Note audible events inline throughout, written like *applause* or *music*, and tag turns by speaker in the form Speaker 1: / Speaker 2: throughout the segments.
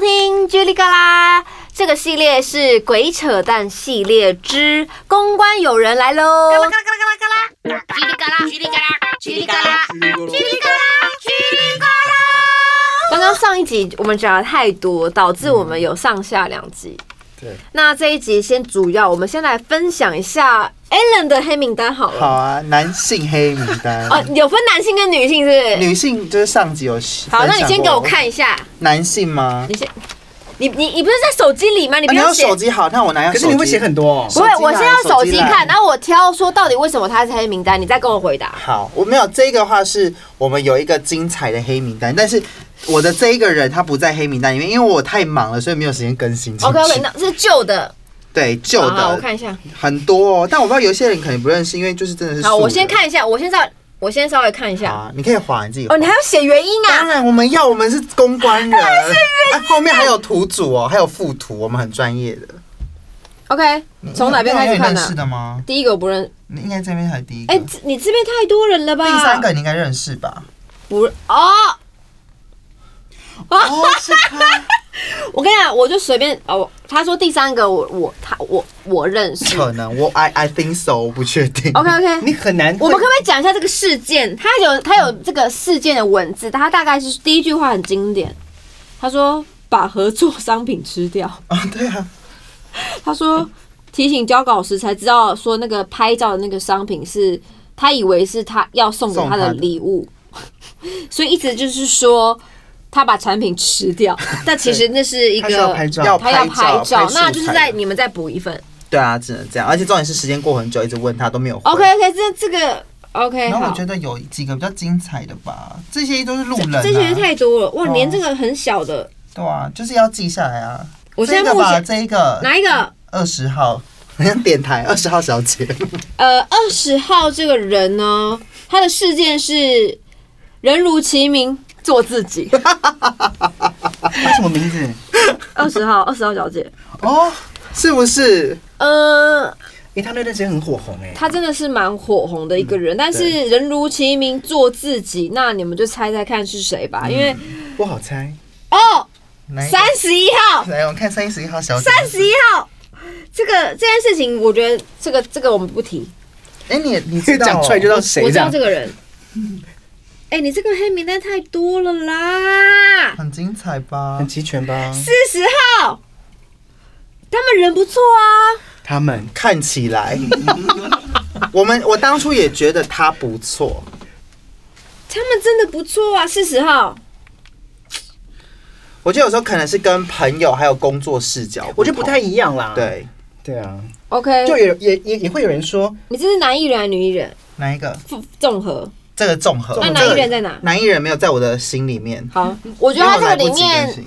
Speaker 1: Angelica 啦！这个系列是鬼扯淡系列之公关有人来喽。
Speaker 2: 叽里嘎啦，叽里嘎啦，叽里嘎啦，
Speaker 1: 刚刚上一集我们讲的太多，导致我们有上下两集。
Speaker 3: 对，
Speaker 1: 那这一集先主要，我们先来分享一下 Alan 的黑名单好 *laughs* 了。
Speaker 3: 好啊，男性黑名单。
Speaker 1: 哦，有分男性跟女性是不是？
Speaker 3: 女性就是上集有
Speaker 1: 好，那你
Speaker 3: 分享
Speaker 1: 先给
Speaker 3: 过
Speaker 1: 我看一下，
Speaker 3: 男性吗
Speaker 1: 你？先，你你你不是在手机里吗？你
Speaker 3: 啊
Speaker 1: 不
Speaker 3: 你
Speaker 1: 要
Speaker 3: 要
Speaker 1: 写。
Speaker 3: 手机好，那我拿一下
Speaker 4: 可是你会写
Speaker 3: 手机
Speaker 4: 很多、哦，
Speaker 1: 不会
Speaker 3: 手，机
Speaker 1: 我
Speaker 3: 啦
Speaker 1: 先用手机
Speaker 3: 手机啦
Speaker 1: 看，然后我挑说到底为什么他是黑名单，你再跟我回答。
Speaker 3: 好，我没有这个话是我们有一个精彩的黑名单，但是我的这一个人他不在黑名单里面，因为我太忙了，所以没有时间更新进去。
Speaker 1: OK OK，那这是旧的，
Speaker 3: 对旧
Speaker 1: 好好我
Speaker 3: 的
Speaker 1: 看一下。
Speaker 3: 很多哦，但我不知道有一些人可能不认识，因为就是真的是
Speaker 1: 好，
Speaker 3: 素
Speaker 1: 我
Speaker 3: 人
Speaker 1: 先看一下，我先稍我先稍微看一下。
Speaker 3: 啊，你可以划你自己划。
Speaker 1: 哦，你还要写原因
Speaker 3: 当
Speaker 1: 啊？
Speaker 3: 然，我们要，我们是公
Speaker 1: *laughs*
Speaker 3: 关人，啊、后面还有图组哦，还有附图，我们很专业的。
Speaker 1: OK，从
Speaker 3: 嗯
Speaker 1: 哪边开始看
Speaker 3: 你
Speaker 1: 呢、
Speaker 3: 有认识的吗？
Speaker 1: 第一个我不认，
Speaker 3: 你应该这边才第一个。
Speaker 1: 哎、啊这你这边太多人了吧？
Speaker 3: 第三个你应该认识吧？
Speaker 1: 不哦。
Speaker 3: 哦，是他。
Speaker 1: 我跟你讲，我就随便哦。他说第三个我，我他我我认
Speaker 3: *laughs*
Speaker 1: 识。
Speaker 3: *laughs* 可能我 I I think so，我不确定。
Speaker 1: OK OK，
Speaker 4: 你很难会。
Speaker 1: 我们可不可以讲一下这个事件？他有他有这个事件的文字，他大概是第一句话很经典。他说把合作商品吃掉。
Speaker 3: *laughs* 啊、对啊，
Speaker 1: 他说提醒交稿时才知道，说那个拍照的那个商品是他以为是他要送给他的礼物， *laughs* 所以一直就是说他把产品吃掉，但其实那是一
Speaker 4: 他是要
Speaker 1: 个
Speaker 4: 拍照
Speaker 3: 要
Speaker 1: 他要拍照，
Speaker 3: 素材
Speaker 1: 那就是在你们再补一份。
Speaker 3: 对啊，只能这样。而且重点是时间过很久，一直问他都没有回。
Speaker 1: OK OK，这这个 OK
Speaker 3: 然后我
Speaker 1: 好
Speaker 3: 觉。得有几个比较精彩的吧，这些都是路人、啊。
Speaker 1: 这些太多了，哇！
Speaker 3: 哦
Speaker 1: 连这个很小的，
Speaker 3: 对啊，就是要记下来啊。
Speaker 1: 我现在
Speaker 3: 这个
Speaker 1: 目
Speaker 3: 吧，
Speaker 1: 前
Speaker 3: 这一个
Speaker 1: 哪一个？
Speaker 3: 二十号，好像 *laughs* 电台二十号小姐。
Speaker 1: 呃，二十号这个人呢，他的事件是人如其名，做自己。
Speaker 4: 他什么名字？
Speaker 1: 二十号，二十号小姐，
Speaker 3: 哦，是不是？
Speaker 1: 嗯、
Speaker 4: 哎、他那段时间很火红哎、
Speaker 1: 他真的是蛮火红的一个人，但是人如其名，做自己。那你们就猜猜看是谁吧，因为
Speaker 4: 不好猜。
Speaker 1: 哦，
Speaker 3: 来
Speaker 1: 三十一号，
Speaker 3: 来，我们看三十一号小姐。
Speaker 1: 三十一号，这个这件事情，我觉得这个这个我们不提，
Speaker 3: 哎、你你知道、哦？
Speaker 4: *laughs* 讲出来就知道谁
Speaker 1: 我知
Speaker 4: 这
Speaker 1: 道
Speaker 4: 样
Speaker 1: 这。个人。哎、你这个黑名单太多了啦！
Speaker 3: 很精彩吧
Speaker 4: 很？齐全吧？
Speaker 1: 四十号，他们人不错啊，
Speaker 4: 他们
Speaker 3: 看起来， *laughs* 我们我当初也觉得他不错，
Speaker 1: 他们真的不错啊。四十号，
Speaker 3: 我觉得有时候可能是跟朋友还有工作视角同，
Speaker 4: 我觉得不太一样啦。
Speaker 3: 对。
Speaker 4: 对啊，
Speaker 1: OK，
Speaker 4: 就有也也也会有人说，
Speaker 1: 你这是男艺人还是女艺人？
Speaker 3: 哪一个？
Speaker 1: 复综合，
Speaker 3: 这个综合，
Speaker 1: 那
Speaker 3: 这
Speaker 1: 男艺
Speaker 3: 个
Speaker 1: 人在哪？
Speaker 3: 男艺人没有在我的心里面。
Speaker 1: 好， *laughs* 我觉得他这个里
Speaker 3: 因为我来不及更
Speaker 1: 面
Speaker 3: 新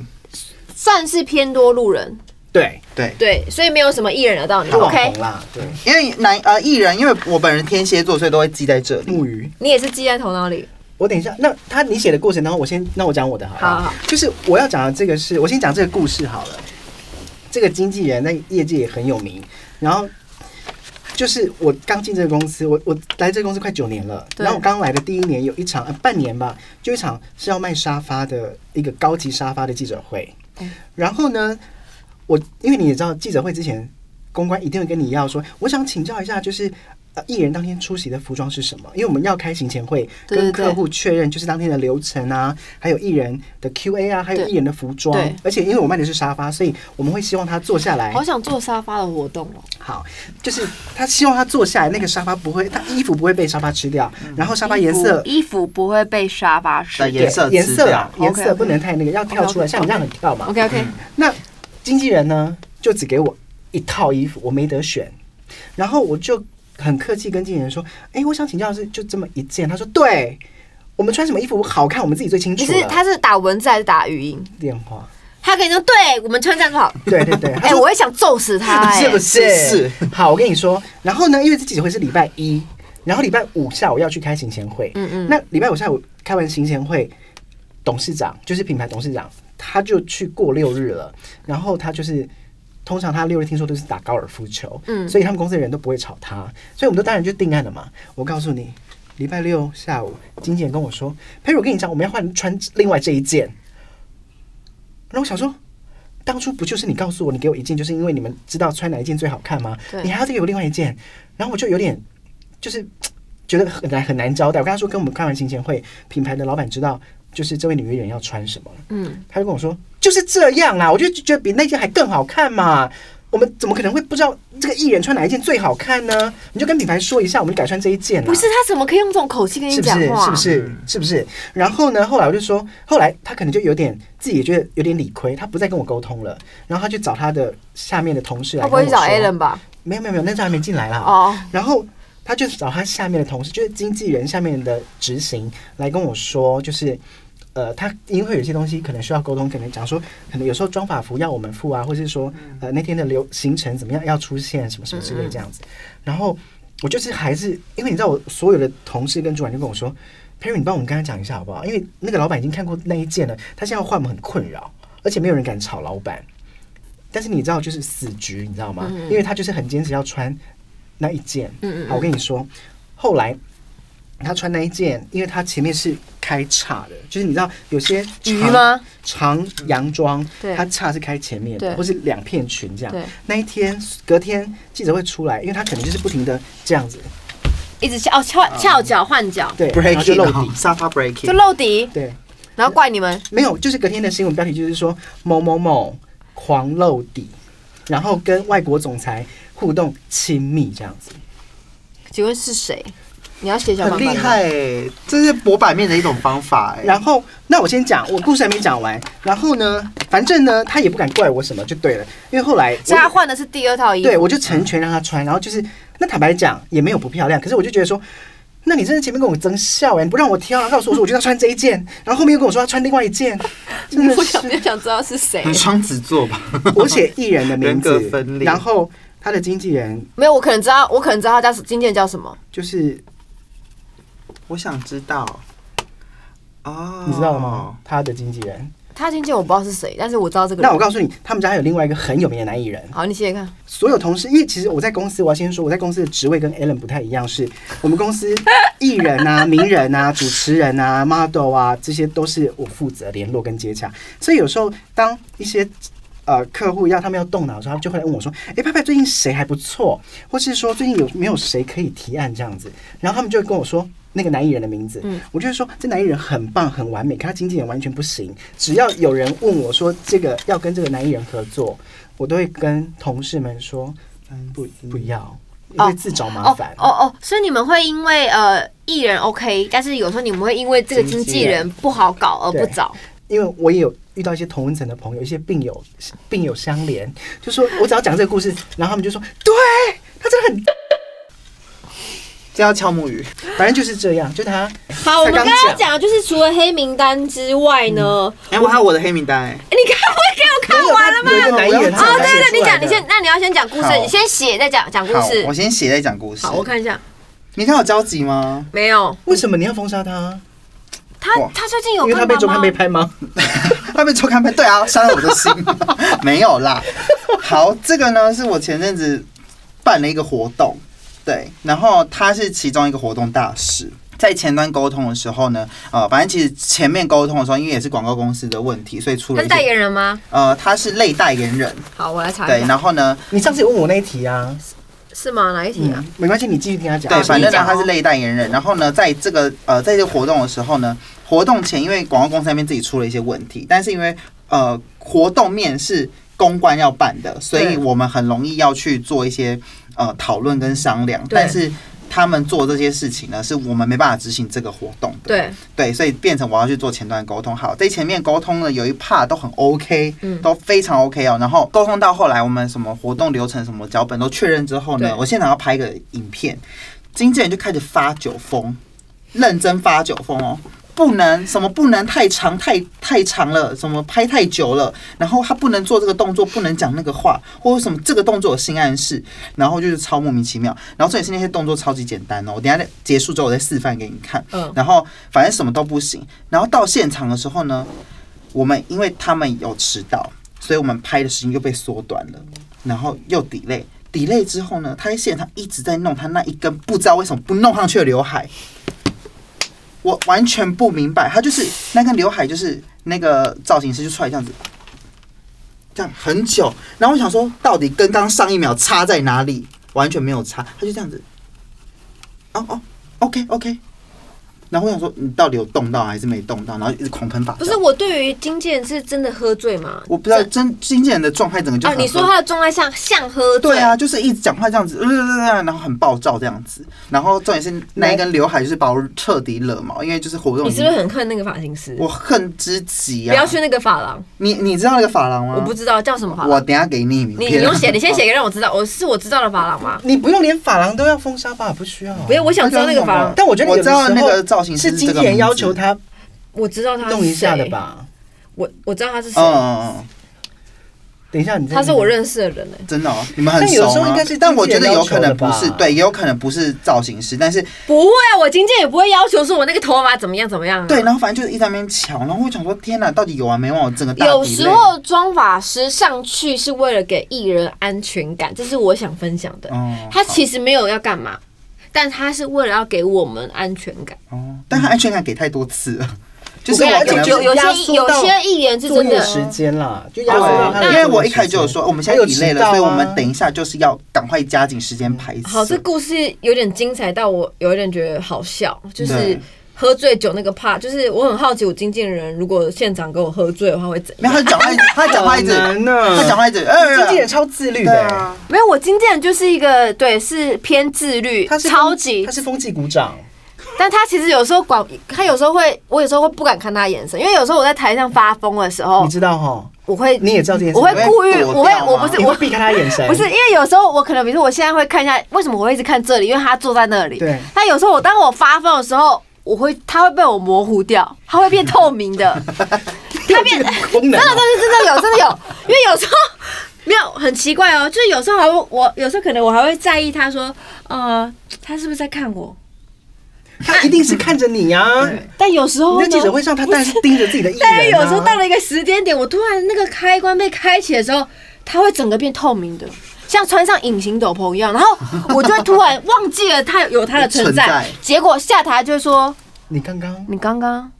Speaker 1: 算是偏多路人，
Speaker 4: 对，
Speaker 3: 对，
Speaker 1: 对，所以没有什么艺人的道理。
Speaker 4: 就网
Speaker 1: OK，
Speaker 4: 红啦，对，啊
Speaker 3: 因为男呃艺人，因为我本人天蝎座，所以都会记在这里。
Speaker 4: 木鱼。
Speaker 1: 你也是记在头脑里。
Speaker 4: 我等一下，那他你写的过程当中，我先那我讲我的好了。
Speaker 1: 好好
Speaker 4: 就是我要讲的这个是，我先讲这个故事好了。这个经纪人在业界也很有名，然后就是我刚进这个公司，我我来这个公司快九年了，
Speaker 1: 对
Speaker 4: 然后我刚来的第一年有一场、呃、半年吧，就一场是要卖沙发的一个高级沙发的记者会，
Speaker 1: 嗯
Speaker 4: 然后呢，我因为你也知道记者会之前公关一定会跟你要说，我想请教一下，就是呃艺人当天出席的服装是什么？因为我们要开行前会，
Speaker 1: 对对
Speaker 4: 跟
Speaker 1: 对
Speaker 4: 客户确认就是当天的流程啊，还有艺人的 Q&A 啊，还有
Speaker 1: 对
Speaker 4: 艺人的服装
Speaker 1: 对。
Speaker 4: 而且因为我卖的是沙发，所以我们会希望他坐下来
Speaker 1: 好，想做沙发的活动哦。
Speaker 4: 好，就是他希望他坐下来，那个沙发不会，他衣服不会被沙发吃掉，然后沙发颜色。
Speaker 1: 嗯衣服不会被沙发吃
Speaker 3: 对呃颜色
Speaker 4: 颜
Speaker 3: 吃
Speaker 4: 色啊
Speaker 3: 掉，
Speaker 4: 颜
Speaker 1: OK，
Speaker 4: 色
Speaker 1: OK
Speaker 4: 不能太那个，要跳出
Speaker 1: *laughs*
Speaker 4: 来，
Speaker 1: OK，OK，
Speaker 4: 像你这样很跳嘛。
Speaker 1: OK OK，
Speaker 4: 那经纪人呢，就只给我一套衣服，我没得选。然后我就很客气跟经纪人说：“哎、我想请教的是就这么一件。”他说：“对，我们穿什么衣服好看，我们自己最清
Speaker 1: 你
Speaker 4: 楚
Speaker 1: 是
Speaker 4: 了。”
Speaker 1: 他是打文字还是打语音？
Speaker 4: 电话，
Speaker 1: 他跟你说，对我们穿这样就
Speaker 4: *laughs*
Speaker 1: 好。
Speaker 4: 对对对，他
Speaker 1: 哎，
Speaker 4: 说
Speaker 1: 我会想揍死他。哎
Speaker 4: *laughs* 是不是？
Speaker 3: 是
Speaker 4: 好，我跟你说，然后呢，因为这记者会是礼拜一，然后礼拜五下午要去开行前会。嗯嗯。那礼拜五下午开完行前会，董事长就是品牌董事长，他就去过六日了。然后他就是，通常他六日听说都是打高尔夫球，嗯，所以他们公司的人都不会吵他，所以我们都当然就定案了嘛。我告诉你，礼拜六下午，经纪人跟我说：“佩如，我跟你讲，我们要换穿另外这一件。”然后我想说，当初不就是你告诉我你给我一件，就是因为你们知道穿哪一件最好看吗
Speaker 1: 对？
Speaker 4: 你还要再给我另外一件，然后我就有点就是觉得很难很难交代。我跟他说，跟我们开完行前会，品牌的老板知道就是这位女艺人要穿什么了，
Speaker 1: 嗯，
Speaker 4: 他就跟我说就是这样啦，我就觉得比那件还更好看嘛。我们怎么可能会不知道这个艺人穿哪一件最好看呢？你就跟品牌说一下，我们改穿这一件、啊。
Speaker 1: 不是他怎么可以用这种口气跟你
Speaker 4: 是不
Speaker 1: 讲
Speaker 4: 是？
Speaker 1: 话？
Speaker 4: 是不是？是不是？然后呢？后来我就说，后来他可能就有点自己也觉得有点理亏，他不再跟我沟通了，然后他去找他的下面的同事来
Speaker 1: 他
Speaker 4: 跟
Speaker 1: 不
Speaker 4: 哎我
Speaker 1: 会
Speaker 4: 说。
Speaker 1: 去找 Alan 吧？
Speaker 4: 没有没有没有，那时候还没进来啦。
Speaker 1: 哦，
Speaker 4: 然后他就找他下面的同事，就是经纪人下面的执行来跟我说，就是。呃，他因为有些东西可能需要沟通，可能讲说，可能有时候妆发服要我们付啊，或是说，呃，那天的流行程怎么样要出现什么什么之类这样子。然后我就是还是因为你知道，我所有的同事跟主管就跟我说，Perry，你帮我们跟他讲一下好不好？因为那个老板已经看过那一件了，他现在要换我们很困扰，而且没有人敢吵老板。但是你知道，就是死局，你知道吗？因为他就是很坚持要穿那一件。
Speaker 1: 嗯嗯嗯
Speaker 4: 好，我跟你说，后来他穿那一件，因为他前面是开叉的，就是你知道有些
Speaker 1: 鱼
Speaker 4: 长
Speaker 1: 吗？
Speaker 4: 长洋装
Speaker 1: 对，
Speaker 4: 它叉是开前面
Speaker 1: 对
Speaker 4: 的，或是两片裙这样
Speaker 1: 对。
Speaker 4: 那一天隔天记者会出来，因为他可能就是不停的这样子，
Speaker 1: 一直翘哦翘翘脚换脚，
Speaker 4: 对，然后就
Speaker 3: breaking
Speaker 4: 露
Speaker 3: 哦
Speaker 4: 底，
Speaker 3: 沙发
Speaker 1: 就
Speaker 3: breaking，
Speaker 1: 露底，
Speaker 4: 对，
Speaker 1: 然后怪你们。
Speaker 4: 没有，就是隔天的新闻标题就是说某某某狂露底，然后跟外国总裁互动亲密这样子。
Speaker 1: 请问是谁？你要写小
Speaker 3: 很
Speaker 1: 板板吗
Speaker 3: 厉，害、欸，这是博版面的一种方法哎、
Speaker 4: 然后，那我先讲，我故事还没讲完。然后呢，反正呢，他也不敢怪我什么，就对了。因为后来
Speaker 1: 所以他
Speaker 4: 我，
Speaker 1: 换的是第二套衣服。
Speaker 4: 对我就成全让他穿。然后就是，那坦白讲也没有不漂亮，可是我就觉得说，那你真的前面跟我争笑哎、你不让我挑，然后告诉我说我就要穿这一件，然后后面又跟我说要穿另外一件，真的
Speaker 1: *laughs* 我
Speaker 4: 是
Speaker 1: 想。没想知道是谁
Speaker 4: 嗯
Speaker 3: 很？双子座吧？
Speaker 4: 我写艺人的名
Speaker 3: 人格
Speaker 4: 字
Speaker 3: 分，裂
Speaker 4: 然后他的经纪人
Speaker 1: 没有，我可能知道，我可能知道他叫今天叫什么。
Speaker 4: 就是
Speaker 3: 我想知道，哦，
Speaker 4: 你知道吗？？他的经纪人。
Speaker 1: 他今天我不知道是谁，但是我知道这个人。
Speaker 4: 那我告诉你，他们家还有另外一个很有名的男艺人，
Speaker 1: 好，你写写看。
Speaker 4: 所有同事，因为其实我在公司，我要先说，我在公司的职位跟 Alan 不太一样，是我们公司艺人啊、名人啊、主持人啊、model 啊，这些都是我负责联络跟接洽。所以有时候当一些呃客户要他们要动脑的时候，他们就会来问我说：“哎、派派最近谁还不错？或是说最近有没有谁可以提案这样子？”然后他们就会跟我说。那个男艺人的名字，我就会说这男艺人很棒很完美，可他经纪人完全不行。只要有人问我说这个要跟这个男艺人合作，我都会跟同事们说，不
Speaker 3: 嗯
Speaker 4: 不要，因为自找麻
Speaker 1: 哦
Speaker 4: 烦。
Speaker 1: 哦哦，所以你们会因为呃艺人 OK，但是有时候你们会因为这个经
Speaker 4: 经
Speaker 1: 纪
Speaker 4: 纪
Speaker 1: 人
Speaker 4: 人
Speaker 1: 不好搞而不找。
Speaker 4: 因为我也有遇到一些同温层的朋友，一些病友病友相连，就说我只要讲这个故事，然后他们就说，对他真的很，
Speaker 3: 这要敲木鱼，
Speaker 4: 反正就是这样，就他
Speaker 1: 好，我们刚
Speaker 4: 才刚
Speaker 1: 刚讲的就是除了黑名单之外呢，
Speaker 3: 哎、我还有我的黑名单哎、
Speaker 1: 哎你看我给我看完了吗？
Speaker 4: 有一个男艺人
Speaker 3: 我
Speaker 1: 哦，
Speaker 3: 要
Speaker 1: 对
Speaker 4: 写
Speaker 1: 对对，你
Speaker 4: 出来
Speaker 1: 讲，
Speaker 4: 的
Speaker 1: 你先，那你要先讲故事，
Speaker 3: 好
Speaker 1: 你先写再讲讲故
Speaker 3: 好
Speaker 1: 事，
Speaker 3: 我。先写再讲故事。
Speaker 1: 好，我，看一下，
Speaker 3: 你看我交集吗？
Speaker 1: 没有
Speaker 4: 为什么你要封杀他？
Speaker 1: 他
Speaker 3: 哇，
Speaker 1: 哦他最近有
Speaker 4: 因为他
Speaker 1: 干
Speaker 4: 被
Speaker 1: 嘛
Speaker 4: 周刊被
Speaker 1: 吗？
Speaker 4: 拍吗？
Speaker 3: *laughs* 外面抽看牌，对啊，伤了我的心， *laughs* 没有啦。好，这个呢是我前阵子办了一个活动，对，然后他是其中一个活动大使。在前端沟通的时候呢，呃，反正其实前面沟通的时候，因为也是广告公司的问题，所以出
Speaker 1: 他
Speaker 3: 了
Speaker 1: 是
Speaker 3: 一
Speaker 1: 代
Speaker 3: 些，
Speaker 1: 言人吗？
Speaker 3: 呃，他是类代言人，
Speaker 1: 好，我来查
Speaker 3: 对
Speaker 1: 一，下，
Speaker 3: 然后呢，
Speaker 4: 你上次有问我那一题啊，
Speaker 1: 是吗？哪一题啊
Speaker 4: 嗯？，没关系，你继续听他讲。
Speaker 3: 对，反正
Speaker 1: 讲
Speaker 3: 呢，
Speaker 1: 哦
Speaker 3: 他是类代言人。然后呢，在这个呃，在这个活动的时候呢，活动前因为广告公司那边自己出了一些问题，但是因为呃，活动面是公关要办的，所以
Speaker 1: 对
Speaker 3: 我们很容易要去做一些呃讨论跟商量，
Speaker 1: 对
Speaker 3: 但是。他们做这些事情呢，是我们没办法执行这个活动的。
Speaker 1: 对，
Speaker 3: 对，所以变成我要去做前端沟通。好，在前面沟通呢，有一 part 都很 OK，
Speaker 1: 嗯
Speaker 3: 都非常 OK 哦。然后沟通到后来，我们什么活动流程、什么脚本都确认之后呢
Speaker 1: 对，
Speaker 3: 我现场要拍一个影片，经纪人就开始发酒疯，认真发酒疯哦。不能什么不能太长太太长了，什么拍太久了，然后他不能做这个动作，不能讲那个话，或者什么这个动作有性暗示，然后就是超莫名其妙。然后这也是那些动作超级简单哦，我等一下再结束之后我再示范给你看。
Speaker 1: 嗯
Speaker 3: 然后反正什么都不行。然后到现场的时候呢，我们因为他们有迟到，所以我们拍的时间又被缩短了，然后又 delay。delay 之后呢，他在现场一直在弄他那一根不知道为什么不弄上去的刘海，我完全不明白，他就是那根刘海就是那个造型师就出来这样子。这样很久。然后我想说，到底跟刚上一秒差在哪里？完全没有差，他就这样子。哦哦，OK OK。然后我想说，你到底有动到还是没动到？然后一直狂喷发
Speaker 1: 不是
Speaker 3: 酵。
Speaker 1: 我对于经纪人是真的喝醉吗？
Speaker 3: 我不知道真经纪人的状态整个就
Speaker 1: 哦，
Speaker 3: 很
Speaker 1: 你说
Speaker 3: 恶
Speaker 1: 他的状态像像喝醉
Speaker 3: 对啊，就是一直讲话这样子，呃呃呃然后很暴躁这样子。然后重点是那一根刘海就是把我彻底惹毛，因为就是活动
Speaker 1: 你
Speaker 3: 已
Speaker 1: 是
Speaker 3: 经。
Speaker 1: 不是很恨那个发型师？
Speaker 3: 我恨之极
Speaker 1: 不
Speaker 3: 啊！
Speaker 1: 要去那个发廊，
Speaker 3: 你你知道那个发廊吗？
Speaker 1: 我不知道叫什么发
Speaker 3: 我啊
Speaker 1: 廊。
Speaker 3: 等一下给你名
Speaker 1: 你
Speaker 3: 片。
Speaker 1: 你用写，你
Speaker 3: *laughs*
Speaker 1: 先写给让我知道，我哦是我知道的发廊
Speaker 3: 啊
Speaker 1: 吗？
Speaker 4: 你不用连发廊都要封杀吧？不需要。啊
Speaker 1: 没有，我想知道那个发廊，
Speaker 4: 但我觉得
Speaker 3: 我
Speaker 4: 有
Speaker 3: 知
Speaker 4: 的
Speaker 3: 道
Speaker 4: 时
Speaker 3: 那
Speaker 4: 候
Speaker 3: 个造型师是
Speaker 4: 是经
Speaker 3: 这个
Speaker 4: 纪人
Speaker 3: 名
Speaker 4: 要
Speaker 3: 字
Speaker 4: 求他
Speaker 1: 我知道他是
Speaker 4: 弄一下的
Speaker 1: 谁？
Speaker 4: 吧？
Speaker 1: 我我知道他是谁
Speaker 3: 嗯，嗯嗯，
Speaker 4: 等一下，你再
Speaker 1: 他是我认识的人哎。
Speaker 3: 真的哦，你们很
Speaker 4: 但有
Speaker 3: 熟
Speaker 4: 时候
Speaker 3: 吗
Speaker 4: 应该是
Speaker 3: 但我
Speaker 4: 经
Speaker 3: 觉
Speaker 4: 纪人
Speaker 3: 得有可能
Speaker 4: 要求
Speaker 3: 不
Speaker 4: 的
Speaker 3: 是，
Speaker 4: 吧
Speaker 3: 对，也有可能不是造型师，但是
Speaker 1: 不会啊，我经纪人也不会要求说我那个头发怎么样怎么样、啊。
Speaker 3: 对，，然后反正就是一直在那边瞧，然后我想说，天哪，到底有完没完？我整个大
Speaker 1: 有
Speaker 3: 底
Speaker 1: 时
Speaker 3: 累，
Speaker 1: 候妆发师上去是为了给艺人安全感，这是我想分享的。
Speaker 3: 哦
Speaker 1: 他其实没有要干嘛，但他是为了要给我们安全感。
Speaker 3: 哦，但他安全感给太多次了，就是
Speaker 1: 我
Speaker 3: 我
Speaker 1: 跟
Speaker 3: 可
Speaker 1: 你
Speaker 3: 能
Speaker 1: 讲有有
Speaker 4: 压
Speaker 1: 些
Speaker 4: 缩
Speaker 1: 有
Speaker 4: 到
Speaker 1: 些艺人是
Speaker 4: 作
Speaker 1: 真
Speaker 4: 业时
Speaker 1: 的，
Speaker 4: 间啦，就压缩到
Speaker 3: 对，
Speaker 4: 他的
Speaker 3: 因
Speaker 4: 作业
Speaker 3: 为我一开始就有
Speaker 4: 时间
Speaker 3: 说，我们现
Speaker 4: 还
Speaker 3: 在
Speaker 4: 有
Speaker 3: 抵累
Speaker 4: 迟
Speaker 3: 了，
Speaker 4: 到啊
Speaker 3: 所以我们等一下就是要赶快加紧时间拍摄。
Speaker 1: 好，这故事有点精彩到我有一点觉得好笑，就是
Speaker 3: 对
Speaker 1: 喝醉酒那个怕，就是我很好奇，我经纪人如果现场跟我喝醉的话会怎样？
Speaker 3: 没有他讲话一直，他讲话一直，
Speaker 4: 好难啊
Speaker 3: 他讲话一直，呃
Speaker 4: 经纪人超自律的、
Speaker 3: 对
Speaker 4: 欸
Speaker 3: 啊，
Speaker 1: 没有，我经纪人就是一个对是偏自律，
Speaker 4: 他是
Speaker 1: 超
Speaker 4: 风
Speaker 1: 级
Speaker 4: 他是风纪股长，
Speaker 1: 但他其实有时候管他，有时候会，我有时候会不敢看他的眼神，因为有时候我在台上发疯的时候
Speaker 4: 你，知道哈？
Speaker 1: 我会，
Speaker 4: 你也知道这件事，
Speaker 1: 哦我会
Speaker 4: 你
Speaker 1: 故意，
Speaker 3: 你会躲
Speaker 1: 我会
Speaker 3: 掉，吗
Speaker 1: 我不是
Speaker 4: 你
Speaker 1: 我
Speaker 4: 会避开他的眼神，
Speaker 1: 不是，因为有时候我可能，比如说我现在会看一下，为什么我会一直看这里，因为他坐在那里。
Speaker 4: 对
Speaker 1: 但有时候我当我发疯的时候，我会，他会被我模糊掉，他会变透明的，
Speaker 4: *laughs*
Speaker 1: 他变 *laughs*
Speaker 4: 这个功
Speaker 1: 真
Speaker 4: 能、
Speaker 1: 的，
Speaker 4: 啊。
Speaker 1: 真的，真的有，真的有，因为有时候。没有，很奇怪哦，就是有时候还会，我有时候可能我还会在意他说，呃，他是不是在看我？
Speaker 4: 他一定是看着你呀、啊。
Speaker 1: 但有时候
Speaker 4: 你
Speaker 1: 呢
Speaker 4: 在记者会上，他当然是盯着自己的艺人、啊。
Speaker 1: 但是有时候到了一个时间点，我突然那个开关被开启的时候，它会整个变透明的，像穿上隐形斗篷一样。然后我就会突然忘记了它有它的存
Speaker 3: 存
Speaker 1: 在
Speaker 3: 在，
Speaker 1: 结果下台就会说
Speaker 4: 你刚刚：“
Speaker 1: 你刚刚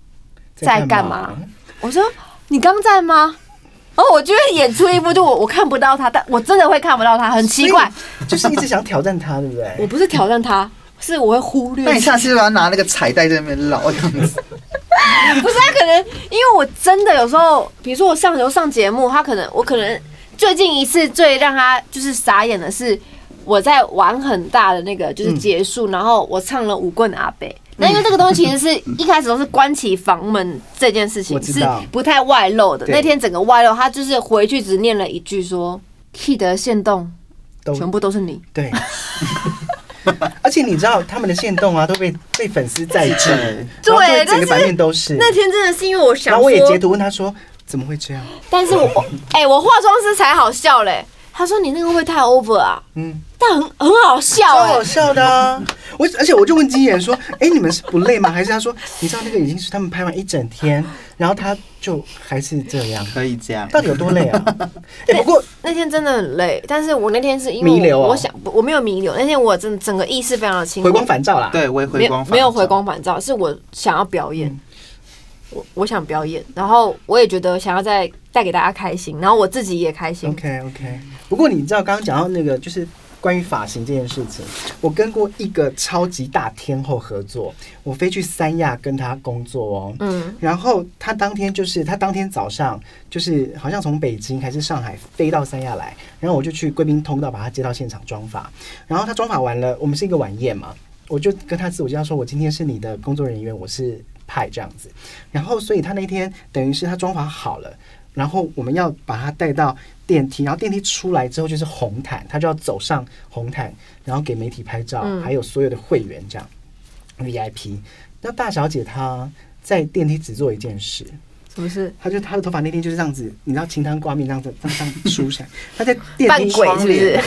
Speaker 1: 在
Speaker 4: 在
Speaker 1: 干
Speaker 4: 嘛
Speaker 1: 嘛？”我说：“你刚在吗？”然后我就会演出一部，就我我看不到他，但我真的会看不到他，很奇怪。
Speaker 4: 所以就是一直想挑战他，对不对？
Speaker 1: 我不是挑战他，是我会忽略
Speaker 3: 那你
Speaker 1: 他。
Speaker 3: 下次就要拿那个彩带在那边捞这样
Speaker 4: *laughs*
Speaker 3: 子，
Speaker 1: 不是他啊可能，因为我真的有时候，比如说我上游上节目，他可能我可能最近一次最让他就是傻眼的是，我在玩很大的那个就是结束，然后我唱了《舞棍阿北》。
Speaker 4: 嗯
Speaker 1: 那因为这个东西其实是一开始都是关起房门这件事情
Speaker 4: 我知
Speaker 1: 是
Speaker 4: 道
Speaker 1: 不太外露的。
Speaker 4: 对
Speaker 1: 那天整个外露，他就是回去只念了一句说 “key 的线动
Speaker 4: 都
Speaker 1: 全部都是你
Speaker 4: 对。 *laughs* 而且你知道他们的线动啊，都被被粉丝在制，
Speaker 1: 对
Speaker 4: 然后就整
Speaker 1: 但是
Speaker 4: 个版面都”。是。
Speaker 1: 那天真的是因为我想说，
Speaker 4: 然后我也截图问他说：“怎么会这样
Speaker 1: 但是我哎、我化妆师才好笑嘞。他说你那个会不会太 over 啊？？”
Speaker 4: 嗯，
Speaker 1: 但很很好笑
Speaker 4: 超
Speaker 1: 哎、
Speaker 4: 好笑的啊！我而且我就问经纪人说：“哎，你们是不累吗？”还是他说：“你知道那个已经是他们拍完一整天，然后他就还是这样，
Speaker 3: 可以这样。
Speaker 4: 到底有多累啊？”哎，不过
Speaker 1: 那天真的很累，但是我那天是因为
Speaker 4: 弥留
Speaker 1: 我
Speaker 4: 哦
Speaker 1: 我想我没有弥留，那天我真的整个意识非常的清楚，
Speaker 4: 回光返照啦。
Speaker 3: 对，我也回
Speaker 1: 没有
Speaker 3: 光返
Speaker 1: 没有
Speaker 3: 照
Speaker 1: 回光返照，是我想要表演，
Speaker 4: 嗯
Speaker 1: 我我想表演，然后我也觉得想要再带给大家开心，然后我自己也开心。
Speaker 4: OK OK，不过你知道刚刚讲到那个就是关于发型这件事情，我跟过一个超级大天后合作，我飞去三亚跟她工作哦。
Speaker 1: 嗯，
Speaker 4: 然后她当天就是她当天早上就是好像从北京还是上海飞到三亚来，然后我就去贵宾通道把她接到现场妆发，然后她妆发完了，我们是一个晚宴嘛，我就跟她自我介绍说，我今天是你的工作人员，我是派这样子。然后所以他那天等于是他装潢好了，然后我们要把他带到电梯，然后电梯出来之后就是红毯，他就要走上红毯，然后给媒体拍照，还有所有的会员这样 VIP。那大小姐她在电梯只做一件事，
Speaker 1: 什么事？
Speaker 4: 她就她的头发那天就是这样子，你知道清汤挂面这样子这样这样梳起来，她在
Speaker 1: *laughs*
Speaker 4: 电
Speaker 1: 扮
Speaker 4: 梯
Speaker 1: 鬼是
Speaker 4: 窗
Speaker 1: 不
Speaker 4: 帘
Speaker 1: 是？ *laughs*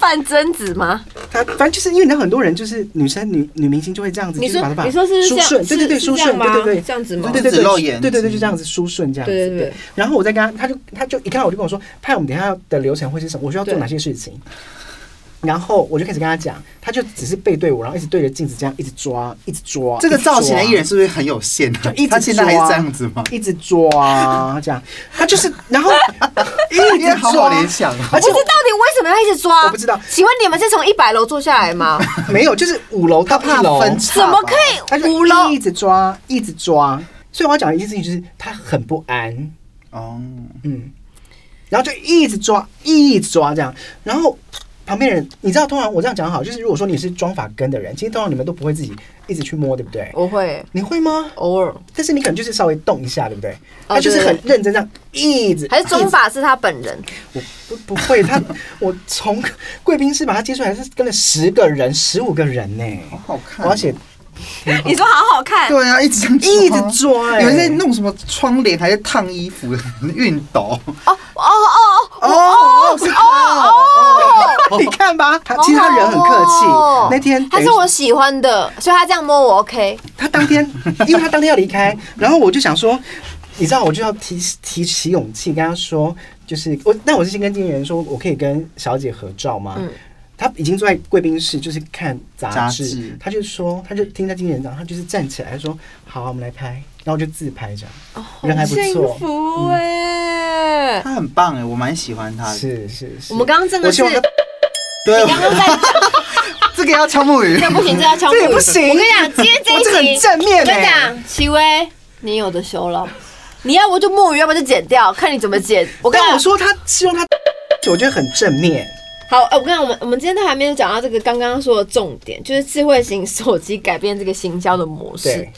Speaker 1: 扮贞子吗？
Speaker 4: 他反正就是因为你知道很多人就是女生女女明星就会这样子，
Speaker 1: 你
Speaker 4: 就是
Speaker 1: 说
Speaker 4: 把头发
Speaker 1: 你说是
Speaker 4: 梳
Speaker 1: 这样
Speaker 4: 顺，对对对，
Speaker 1: 是是
Speaker 4: 梳
Speaker 1: 这样
Speaker 4: 顺，
Speaker 1: 吗
Speaker 4: 对对对，
Speaker 1: 这样子吗
Speaker 4: 对对
Speaker 3: 只
Speaker 4: 对，
Speaker 3: 露眼
Speaker 4: 对对对，
Speaker 3: 睛
Speaker 4: 就这样子梳顺这样子，
Speaker 1: 对对对
Speaker 4: 对。然后我再跟他，他就他就一看我就跟我说，拍我们等一下的流程会是什么，我需要做
Speaker 1: 对
Speaker 4: 哪些事情。然后我就开始跟他讲，他就只是背对我，然后一直对着镜子这样一直抓，一直抓。
Speaker 3: 这个
Speaker 4: 一直抓
Speaker 3: 造型的艺人是不是很有限啊
Speaker 4: 就一直？
Speaker 3: 他现在还是
Speaker 4: 抓
Speaker 3: 这样子吗？
Speaker 4: 一直抓这样，他就是，
Speaker 3: *laughs*
Speaker 4: 然后一
Speaker 3: 你也
Speaker 4: 直
Speaker 3: 好
Speaker 4: 抓
Speaker 3: 好联想啊
Speaker 4: 而
Speaker 1: 这
Speaker 4: 且
Speaker 1: 到底为什么要一直抓？
Speaker 4: 我不知道
Speaker 1: 请问你们是从一百楼坐下来吗？
Speaker 4: 我没有，就是五楼到
Speaker 3: 怕
Speaker 4: 一楼，
Speaker 3: 分叉
Speaker 1: 怎
Speaker 3: 吧
Speaker 1: 么可
Speaker 4: 他
Speaker 1: 以
Speaker 4: 就
Speaker 1: 哎五楼
Speaker 4: 一？直抓，一直抓。所以我要讲的一件事情就是他很不安，
Speaker 3: 哦，
Speaker 4: 嗯，然后就一直抓，一直抓这样，然后。旁边人，你知道，通常我这样讲好，就是如果说你是装发根的人，其实通常你们都不会自己一直去摸，对不对？
Speaker 1: 我会
Speaker 4: 你会吗？
Speaker 1: 偶尔，
Speaker 4: 但是你可能就是稍微动一下，对不对？
Speaker 1: 哦
Speaker 4: 他就是
Speaker 1: 对
Speaker 4: 很认真这样一直，
Speaker 1: 还是
Speaker 4: 一
Speaker 1: 中
Speaker 4: 直
Speaker 1: 法是他本人？
Speaker 4: 我不不会，他我从贵宾室把他接出来是跟了十个人、十五个人呢、
Speaker 3: 好看哦
Speaker 4: 我要写
Speaker 1: *laughs* 你说好好看，
Speaker 3: 对啊，一直这样
Speaker 4: 一直抓欸
Speaker 3: 有人在弄什么窗帘，还在烫衣服， *laughs* 熨斗。
Speaker 1: 哦哦哦哦，
Speaker 3: 哦哦哦哦！
Speaker 4: *laughs* 你看吧，他其实他人很客气。
Speaker 1: 哦
Speaker 4: 那天
Speaker 1: 他是我喜欢的，所以他这样摸我 OK。
Speaker 4: 他当天， *laughs* 因为他当天要离开，然后我就想说，你知道，我就要提提起勇气跟他说，就是我，那我是先跟经纪人说，我可以跟小姐合照吗？
Speaker 1: 嗯
Speaker 4: 他已经坐在贵宾室，就是看杂
Speaker 3: 杂
Speaker 4: 志
Speaker 3: 志，
Speaker 4: 他就说，他就听他经纪人讲，他就是站起来他说：“好啊、我们来拍。”然后就自拍这样，人还不错
Speaker 1: 哦幸，福哎、
Speaker 3: 他很棒哎，我蛮喜欢他的。
Speaker 4: 是是是。
Speaker 1: 我们刚刚真的
Speaker 4: 我
Speaker 1: 是
Speaker 4: 希望他
Speaker 3: 对，
Speaker 1: 刚刚在
Speaker 3: 这个要敲木鱼。
Speaker 1: 这不行，这要敲木
Speaker 4: 哎这
Speaker 1: 鱼。
Speaker 4: 也不行
Speaker 1: 我跟你讲，今天
Speaker 4: 我这
Speaker 1: 这
Speaker 4: 个
Speaker 1: 一
Speaker 4: 很
Speaker 1: 集，
Speaker 4: 正面
Speaker 1: 我跟你
Speaker 4: 欸
Speaker 1: 讲，戚薇，你有的修了。你要不就木鱼，要不就剪掉，看你怎么剪。我跟你
Speaker 4: 但我
Speaker 1: 讲，
Speaker 4: 说他希望他，我觉得很正面。
Speaker 1: 好，呃我跟你讲，我们我们今天都还没有讲到这个刚刚说的重点，就是智慧型手机改变这个行销的模式
Speaker 4: 对。，